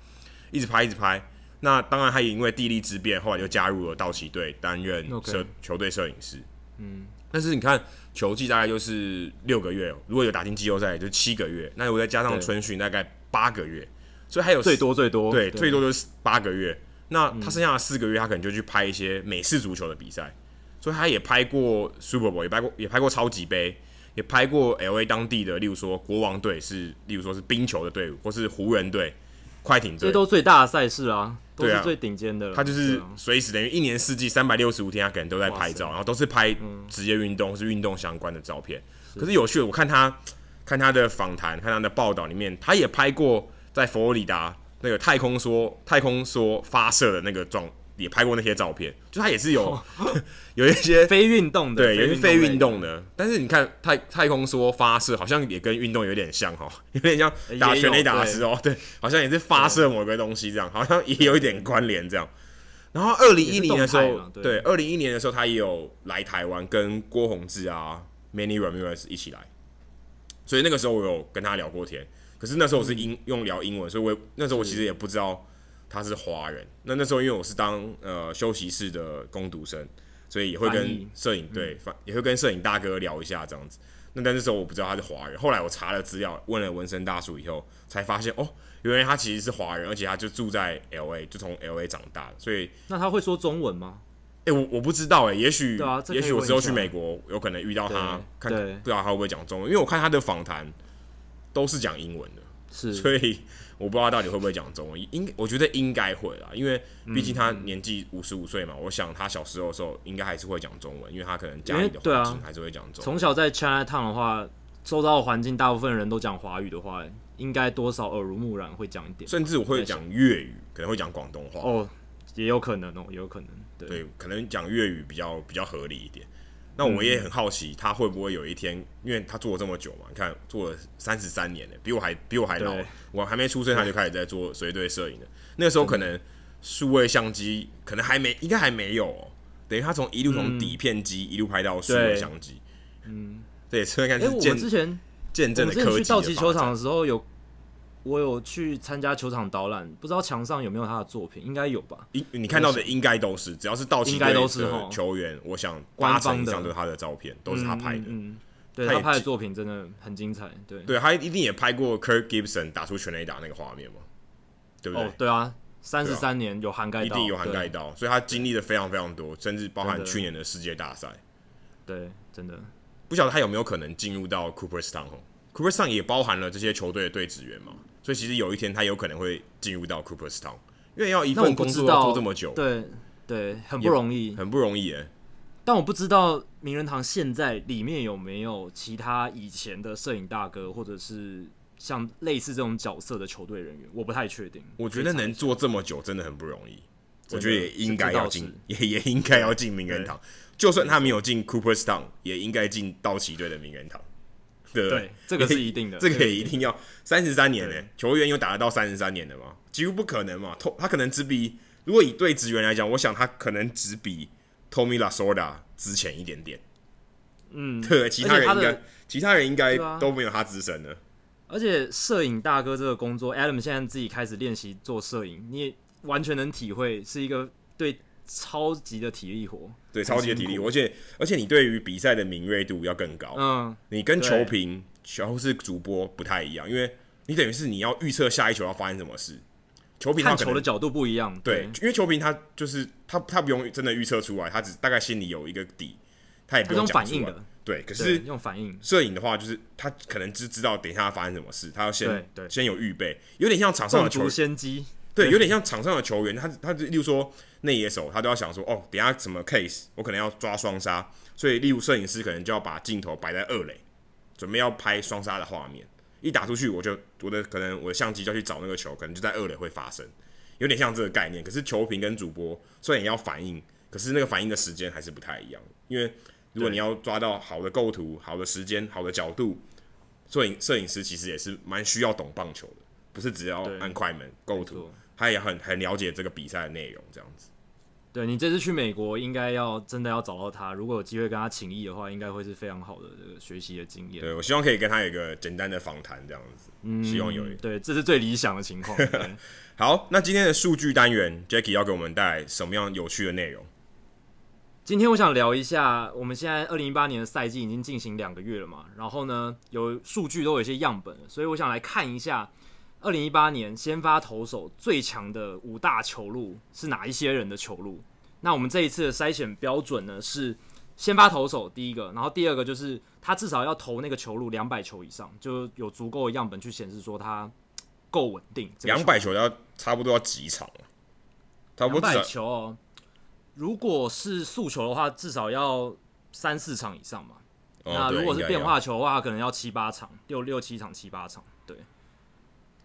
A: 一直拍一直拍。那当然，他也因为地利之便，后来就加入了道奇队担任
D: OK
A: 摄球队摄影师。嗯，但是你看球季大概就是六个月，哦如果有打进季后赛就七个月，那如果再加上
B: 对
A: 春训大概八个月，所以还有
B: 最多最嗯多，
A: 对，最多就是八个月。那他剩下的四个月，他可能就去拍一些美式足球的比赛，所以他也拍过 Super Bowl，也拍过也拍过超级杯，也拍过 L A 当地的，例如说国王队是，例如说是冰球的队伍，或是湖人队、快艇
B: 这
A: 队
B: 些，都是最大的赛事啊，都
A: 对啊
B: 是最顶尖的了。
A: 他就
B: 对
A: 是
B: 啊
A: 随时等于一年四季三百六十五天，他可能都在
B: 哇
A: 拍
B: 塞
A: 照，然后都是拍职业运动或是运动相关的照片。可是有趣的，我看他看他的访谈，看他的报道里面，他也拍过在佛罗里达那个太空梭太空梭发射的那个状，也拍过那些照片，就他也是有、 有一些
B: 非运动的，
A: 对，有一些非运
B: 动
A: 动的。但是你看太太空梭发射，好像也跟运动有点像哈， 有点像
B: 也
A: 打
B: 有
A: 全垒打的时候，对，好像也是发射某个东西这样，好像也有一点关联这样。然后二零一零年的时
B: 也是动
A: 候
B: 态嘛，
A: 对，
B: 对
A: 二零一年的时候他也有来台湾跟郭宏志啊、Manny Ramirez 一起来，所以那个时候我有跟他聊过天。可是那时候我是
B: 嗯
A: 英、用聊英文，所以我也那时候我其实也不知道他是华人。那那时候因为我是当呃休息室的工读生，所以也会
B: 翻
A: 跟
B: 译嗯
A: 摄影对，反也会跟摄影大哥聊一下这样子。那但那时候我不知道他是华人，后来我查了资料，问了纹身大叔以后，才发现哦，原来他其实是华人，而且他就住在 L A，就从 L A 长大的，所以
B: 那他会说中文吗？
A: 哎、我我不知道哎、也许、
B: 对啊这可以
A: 也许我之后去
B: 问一
A: 美
B: 下
A: 国有可能遇到他，看
B: 对对
A: 不知道他会不会讲中文，因为我看他的访谈都是讲英文的，
B: 是，
A: 所以我不知道他到底会不会讲中文，应我觉得应该会啦，因为毕竟
B: 嗯
A: 他年纪五十五岁嘛，我想他小时候的时候应该还是会讲中文，因为他可能家里的
B: 因为对啊
A: 环境还是会讲中文。
B: 从小在 China Town 的话，周遭的环境大部分人都讲华语的话，应该多少耳濡目染会讲一点。
A: 甚至我会讲粤语，可能会讲广东话，
B: 哦，也有可能哦，也有可能。对，
A: 对，可能讲粤语比较比较合理一点。那我也很好奇，他会不会有一天，因为他做了这么久嘛，你看做了三十三年了，比我还比我还老
B: 对，
A: 我还没出生他就开始在做随队摄影了。那个时候可能数位相机可能还没，应该还没有、哦，等于他从一路从底片机、一路拍到数位
B: 对
A: 相机，嗯，对，所以看
B: 哎、
A: 是
B: 我
A: 见
B: 们之前
A: 见
B: 我
A: 证
B: 们
A: 了
B: 之
A: 科技
B: 前去道奇
A: 的发
B: 球
A: 展
B: 场的时候有，我有去参加球场导览，不知道墙上有没有他的作品，应该有吧？
A: 应你看到的应该都是，只要是道奇
B: 应该
A: 队
B: 都是
A: 的
B: 吼
A: 球员，我想八
B: 官方
A: 成以
B: 的
A: 上都是他的照片，都哦是他拍的。
B: 嗯，嗯嗯对
A: 他
B: 他
A: 也
B: 拍的
A: 记
B: 作品真的很精彩，对，
A: 对他一定也拍过 Kirk Gibson 打出全垒打那个画面嘛，对不对？
B: 哦，对啊，三十三年有涵盖
A: 一
B: 到，
A: 定有涵盖
B: 对，
A: 到，所以他经历了非常非常多，甚至包含
B: 真的
A: 去年的世界大赛。
B: 对，真的，
A: 不晓得他有没有可能进入到 Cooperstown 哦？Cooperstown 也包含了这些球队的队职员嘛，所以其实有一天他有可能会进入到 Cooperstown，因为要一
B: 那我
A: 份
B: 不
A: 工
B: 知
A: 作要
B: 道
A: 做这么久，
B: 对对，很
A: 也
B: 不容易。
A: 很不容易耶。
B: 但我不知道名人堂现在里面有没有其他以前的摄影大哥，或者是像类似这种角色的球队人员，我不太确定。
A: 我觉得能做这么久真的很不容易，我觉得也应该要进，也也应该要进名人堂，就算他没有进 Cooperstown，也应该进道奇队的名人堂，对不对
B: 对，这个是一定的，
A: 这个也
B: 一
A: 一
B: 定
A: 定要三十三年呢、
B: 对
A: 球员有打得到三十三年的吗？几乎不可能嘛。透他可能只比，如果以对职员来讲，我想他可能只比 Tommy Lasorda 之前一点点。
B: 嗯，
A: 对，其他人
B: 他
A: 应
B: 的
A: 该，其他人应该
B: 对啊
A: 都没有他资深了。
B: 而且摄影大哥这个工作，Adam 现在自己开始练习做摄影，你也完全能体会，是一个对超级的体力活。
A: 对，超级的体力，而且而且你对于比赛的敏锐度要更高。
B: 嗯，
A: 你跟
B: 对
A: 球评、球是主播不太一样，因为你等于是你要预测下一球要发生什么事。球评他
B: 看
A: 可
B: 球
A: 能
B: 的角度不一样。
A: 对，因为球评他就是他他不用真的预测出来，他只大概心里有一个底，他也不
B: 他是
A: 用
B: 用
A: 讲
B: 反
A: 出
B: 应
A: 来
B: 的。
A: 对，可
B: 对
A: 是
B: 用反应，
A: 摄影的话，就是他可能只知道等一下发生什么事，他要先
B: 对对
A: 先有预备，有点像场上
B: 中
A: 的球
B: 足先机，
A: 对，有点像场上的球员，他他例如说内野手，他都要想说，哦，等一下什么 case，我可能要抓双杀，所以例如摄影师可能就要把镜头摆在二垒，准备要拍双杀的画面，一打出去我就我的可能我的相机就要去找那个球，可能就在二垒会发生，有点像这个概念。可是球评跟主播虽然也要反应，可是那个反应的时间还是不太一样，因为如果你要抓到好的构图、好的时间、好的角度，摄影摄影师其实也是蛮需要懂棒球的，不是只要
B: 对
A: 按快门构
B: 没
A: 图
B: 错，
A: 他也很很了解这个比赛的内容，这样子。
B: 对你这次去美国，应该要真的要找到他。如果有机会跟他请益的话，应该会是非常好的这个学习的经验。
A: 对我希望可以跟他有一个简单的访谈，这样子，希望有一
B: 嗯对，这是最理想的情况。对
A: 好，那今天的数据单元 j a c k i e 要给我们带来什么样有趣的内容？
B: 今天我想聊一下，我们现在二零一八年的赛季已经进行两个月了嘛，然后呢，有数据都有一些样本了，所以我想来看一下二零一八年先发投手最强的五大球路是哪一些人的球路。那我们这一次的筛选标准呢是先发投手第一个，然后第二个就是他至少要投那个球路两百球以上，就有足够的样本去显示说他嘖够稳定。这个球
A: 两百球要差不多要几场啊差不啊多
B: 两
A: 至
B: 百
A: 少
B: 球哦，如果是速球的话，至少要三四场以上嘛。
A: 哦，
B: 那
A: 对
B: 如果是
A: 应该
B: 变
A: 要
B: 化球的话，可能要七八场，六六七场、七八场，对。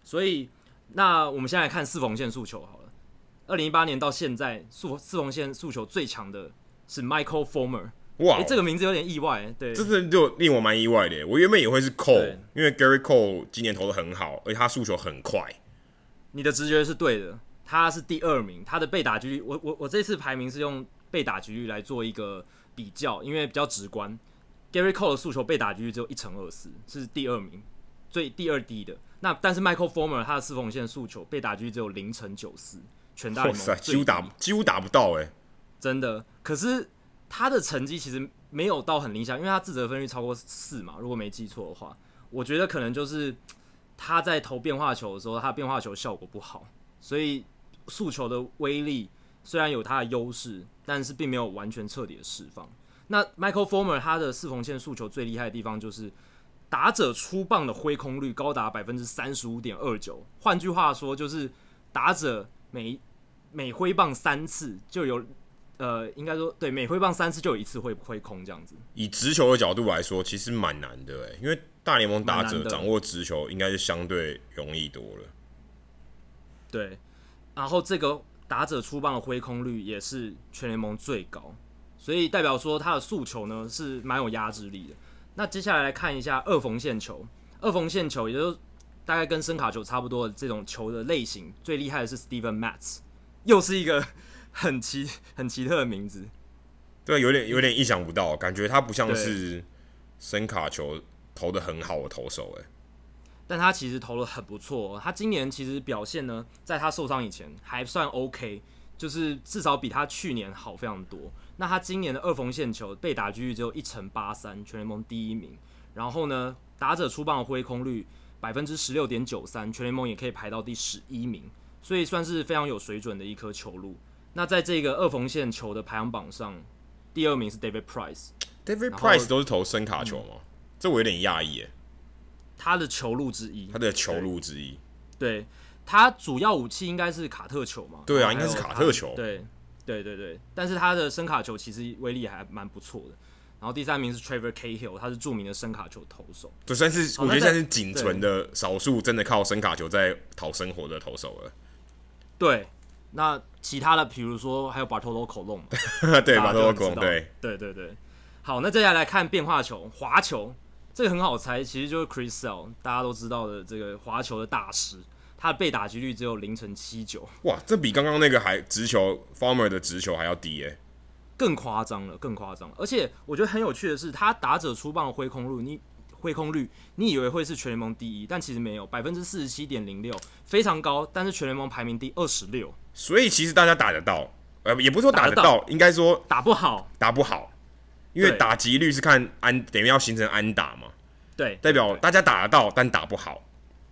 B: 所以，那我们先来看四缝线速球好了。二零一八年到现在，速四缝线速球最强的是 Michael Former，
A: 哇哦
B: 哎、，这个名字有点意外，对，
A: 这是就令我蛮意外的耶。我原本也会是 Cole，
B: 对
A: 因为 Gary Cole 今年投的很好，而且他速球很快。
B: 你的直觉是对的，他是第二名，他的被打击率，我我我这次排名是用被打击率来做一个比较，因为比较直观。Gary Cole 的诉求被打击率只有一乘二四，是第二名，最第二低的。那但是 Michael Former 他的四缝线诉求被打击率只有零乘九四，全大
A: 哇
B: 联盟
A: 塞，
B: 最
A: 几乎打
B: 低
A: 几乎打不到哎、
B: 真的。可是他的成绩其实没有到很理想，因为他自责分率超过四嘛，如果没记错的话，我觉得可能就是他在投变化球的时候，他变化球效果不好，所以速球的威力虽然有它的优势，但是并没有完全彻底的释放。那 Michael Former 他的四缝线速球最厉害的地方就是打者出棒的挥空率高达百分之三十五点二九，换句话说就是打者每每挥棒三次就有，呃，应该说对，每挥棒三次就有一次会挥空这样子。
A: 以直球的角度来说，其实蛮难的哎、因为大联盟打
B: 蛮
A: 者
B: 难的
A: 掌握直球应该是相对容易多了。
B: 对，然后这个打者出棒的挥空率也是全联盟最高，所以代表说他的速球呢是蛮有压制力的。那接下来来看一下二缝线球，二缝线球也就是大概跟声卡球差不多的这种球的类型，最厉害的是 Steven Matz，又是一个 很奇很奇特的名字。
A: 对，啊有点有点意想不到，感觉他不像
B: 对
A: 是深卡球投的很好的投手哎、
B: 但他其实投的很不错哦、他今年其实表现呢，在他受伤以前还算 OK，就是至少比他去年好非常多。那他今年的二缝线球被打击率只有一成八三，全联盟第一名。然后呢，打者出棒的挥空率百分之十六点九三，全联盟也可以排到第十一名，所以算是非常有水准的一颗球路。那在这个二缝线球的排行榜上，第二名是 David Price，
A: David
B: 然后嗯
A: Price 都是投深卡球吗？这我有点讶异哎，
B: 他的球路之一
A: 他。的球路之一。
B: 对，他主要武器应该是卡特球嘛？
A: 对啊
B: 然后还有
A: 应该是卡特球
B: 他对，对对对，但是他的声卡球其实威力还蛮不错的。然后第三名是 Trevor Cahill，他是著名的声卡球投手。
A: 就算是
B: 好
A: 我觉得
B: 哦那
A: 算
B: 在
A: 是仅存的少数真的靠深卡球在讨生活的投手
B: 对，那其他的比如说还有 Bartolo Colon 嘛，
A: 了。对，
B: 大
A: 把
B: 家都
A: 多
B: 很知
A: 孔
B: 道
A: 对，
B: 对对对。好，那接下来看变化球、滑球，这个很好猜，其实就是 Chris Sale，大家都知道的这个滑球的大师，他的被打击率只有零乘七九，
A: 哇，这比刚刚那个还直球 Farmer 的直球还要低哎、
B: 更夸张了，更夸张了。而且我觉得很有趣的是，他打者出棒的挥空率，你挥空率，你以为会是全联盟第一，但其实没有，百分之四十七点零六，非常高，但是全联盟排名第二十六，
A: 所以其实大家打得到，呃，也不是说打得
B: 打得
A: 到，应该说
B: 打不好。
A: 打不好，因为
B: 对
A: 打击率是看安，等于要形成安打嘛，
B: 对，
A: 代表大家打得到，但打不好。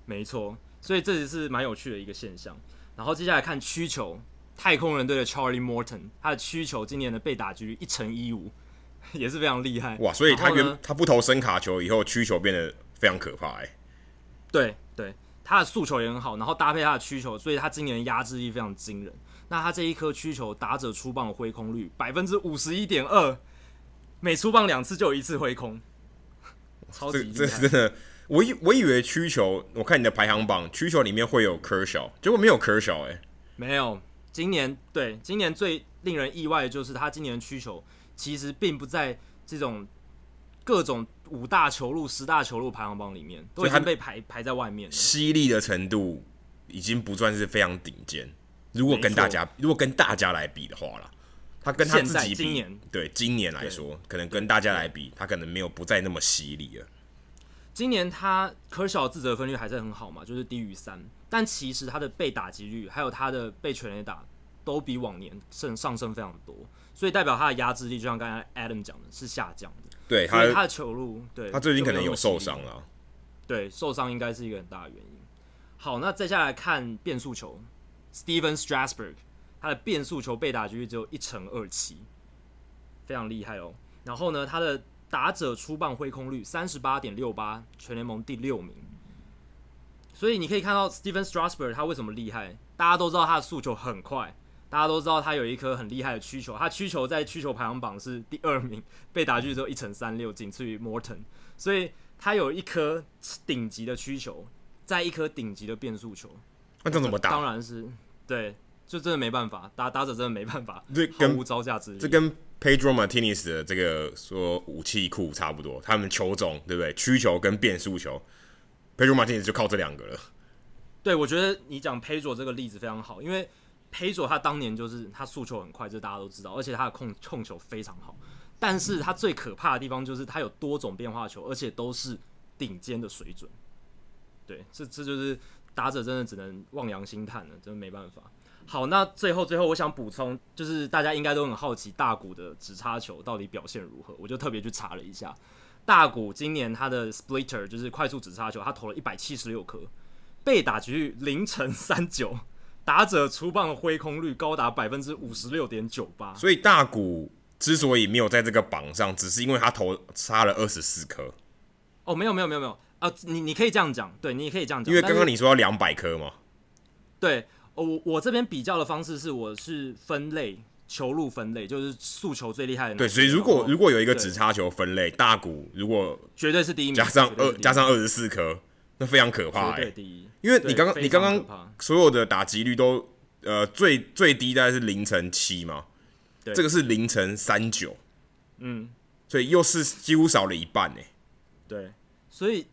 B: 没错，所以这也是蛮有趣的一个现象。然后接下来看曲球，太空人队的 Charlie Morton，他的曲球今年的被打击率一乘一五， 也是非常厉害。
A: 哇，所以他
B: 然后呢
A: 原他不投深卡球以后，曲球变得非常可怕、欸，
B: 对对，他的速球也很好，然后搭配他的曲球，所以他今年的压制力非常惊人。那他这一颗曲球打者出棒的挥空率百分之五十一点二，每出棒两次就有一次挥空，超级
A: 这这
B: 厉害
A: 真。的，我以我以为曲球，我看你的排行榜，曲球里面会有 Kershaw，结果没有 Kershaw，哎、
B: 没有，今年对今年最令人意外的就是他今年的需求其实并不在这种各种五大球路、十大球路排行榜里面，都
A: 所以
B: 已
A: 他
B: 经被排排在外面了。
A: 犀利的程度已经不算是非常顶尖。如果
B: 没
A: 跟大
B: 错
A: 家如果跟大家来比的话啦，他跟他
B: 现
A: 自
B: 在
A: 己比，
B: 今年
A: 对今年来说，可能跟大家来比，他可能没有不再那么犀利了。
B: 今年他科小自责分率还是很好嘛，就是低于三，但其实他的被打击率还有他的被全垒打都比往年甚上升非常多，所以代表他的压制力，就像刚才 Adam 讲的是下降的，
A: 对
B: 所以他
A: 哎他，
B: 的球路对
A: 他最近
B: 就
A: 可
B: 没
A: 能
B: 那
A: 有
B: 么犀利
A: 受伤了。
B: 对，受伤应该是一个很大的原因。好，那再下来看变速球，Steven Strasburg，他的变速球被打击率只有一成二七，非常厉害哦。然后呢，他的打者出棒挥空率三十八点六八，全联盟第六名。所以你可以看到 Steven Strasburg 他为什么厉害，大家都知道他的速球很快，大家都知道他有一颗很厉害的曲球，他曲球在曲球排行榜是第二名，被打击率只有一成三六，仅次于 Morton。所以他有一颗顶级的曲球，在一颗顶级的变速球，
A: 那这样怎么
B: 当
A: 打？
B: 然是对，就真的没办法，打打者真的没办法，
A: 这
B: 毫
A: 跟
B: 无招架之力。
A: 这跟 Pedro Martinez 的这个说武器库差不多，他们球种对不对？曲球跟变速球，Pedro Martinez 就靠这两个了。
B: 对我觉得你讲 Pedro 这个例子非常好，因为 Pedro 他当年就是他速球很快，这大家都知道，而且他的控控球非常好。但是他最可怕的地方就是他有多种变化球，而且都是顶尖的水准。对，这这就是打者真的只能望洋兴叹了，真的没办法。好，那最后最后我想补充，就是大家应该都很好奇大谷的直插球到底表现如何，我就特别去查了一下，大谷今年他的 splitter 就是快速直插球，他投了一百七十六颗，被打局率零乘三九，打者出棒的挥空率高达百分之五十六点九八，
A: 所以大谷之所以没有在这个榜上，只是因为他投差了二十四颗，
B: 哦，没有没有没有没有啊，你你可以这样讲，对，你也可以这样讲，
A: 因为
B: 哦但是
A: 刚刚你说要两百颗嘛，
B: 对哦我我这边比较的方式是我是分类球路分类，就是速球最厉害的那
A: 对，
B: 个
A: 所以如果
B: 然后
A: 如果有一个
B: 哦对
A: 直插球分类，大谷如果
B: 绝对是第一名，
A: 加上
B: 绝对
A: 二
B: 是第一名
A: 加上二十四颗，那非常可怕哎、
B: 绝对第一，
A: 因为你刚刚
B: 对
A: 你刚
B: 非常可怕
A: 刚所有的打击率都呃最最低大概是凌晨七嘛，
B: 对
A: 这个是凌晨三九，
B: 嗯，
A: 所以又是几乎少了一半哎、
B: 对，所以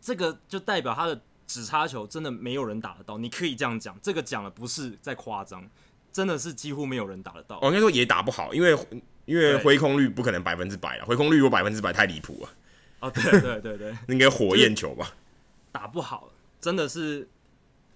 B: 这个就代表他的直插球真的没有人打得到，你可以这样讲，这个讲的不是在夸张，真的是几乎没有人打得到。
A: 哦，应该说也打不好，因为因为
B: 对
A: 挥空率不可能百分之百了，挥空率如果百分之百太离谱了，
B: 哦，对对对对，
A: 应该火焰球吧？
B: 打不好，真的是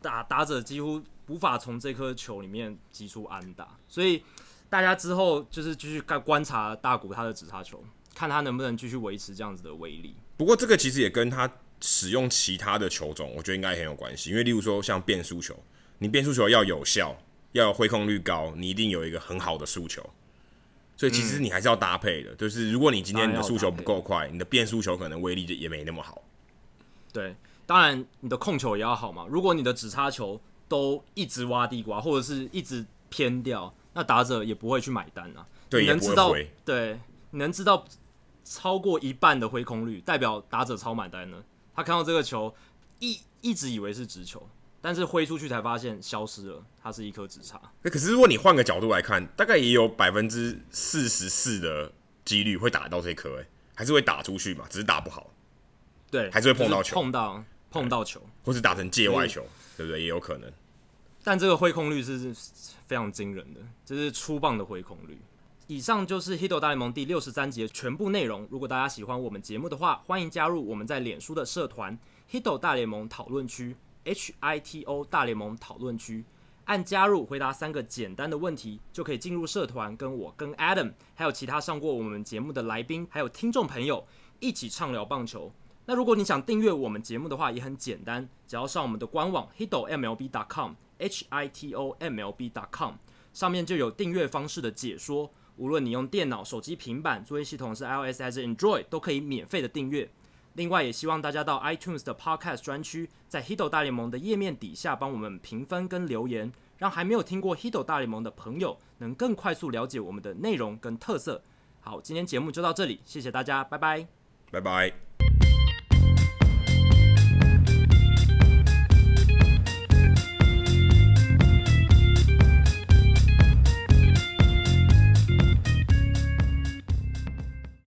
B: 打打者几乎无法从这颗球里面击出安打，所以大家之后就是继续看观察大谷他的直插球，看他能不能继续维持这样子的威力。
A: 不过这个其实也跟他使用其他的球种，我觉得应该很有关系。因为例如说像变速球，你变速球要有效，要有挥控率高，你一定有一个很好的速球。所以其实你还是要搭配的，就是如果你今天你的速球不够快，你的变速球可能威力就也没那么好。
B: 对，当然你的控球也要好嘛。如果你的直插球都一直挖地瓜，或者是一直偏掉，那打者也不会去买单啊。
A: 对
B: 你能
A: 也不会
B: 知道
A: 回，
B: 对，你能知道超过一半的挥空率，代表打者超买单了。他看到这个球，一一直以为是直球，但是挥出去才发现消失了，它是一颗直插。
A: 那可是如果你换个角度来看，大概也有百分之四十四的几率会打到这颗、欸，还是会打出去嘛，只是打不好，
B: 对，
A: 还是会碰
B: 就
A: 到球
B: 碰到碰到球。
A: 或是打成界外
B: 嗯
A: 球，对不对？也有可能。
B: 但这个挥空率是非常惊人的，这是出棒的挥空率。以上就是《h i d o 大联盟》第六十三集的全部内容。如果大家喜欢我们节目的话，欢迎加入我们在脸书的社团 h i d o 大联盟讨论区 （H I T O 大联盟讨论区），按加入回答三个简单的问题，就可以进入社团，跟我、跟 Adam，还有其他上过我们节目的来宾，还有听众朋友一起畅聊棒球。那如果你想订阅我们节目的话，也很简单，只要上我们的官网 hitomlb.com h i t o m l b.com 上面就有订阅方式的解说。无论你用电脑、手机、平板，作业系统是 iOS 还是 Android，都可以免费的订阅。另外，也希望大家到 iTunes 的 Podcast 专区，在 Hido 大联盟的页面底下帮我们评分跟留言，让还没有听过 Hido 大联盟的朋友能更快速了解我们的内容跟特色。好，今天节目就到这里，谢谢大家，拜拜。
A: 拜拜。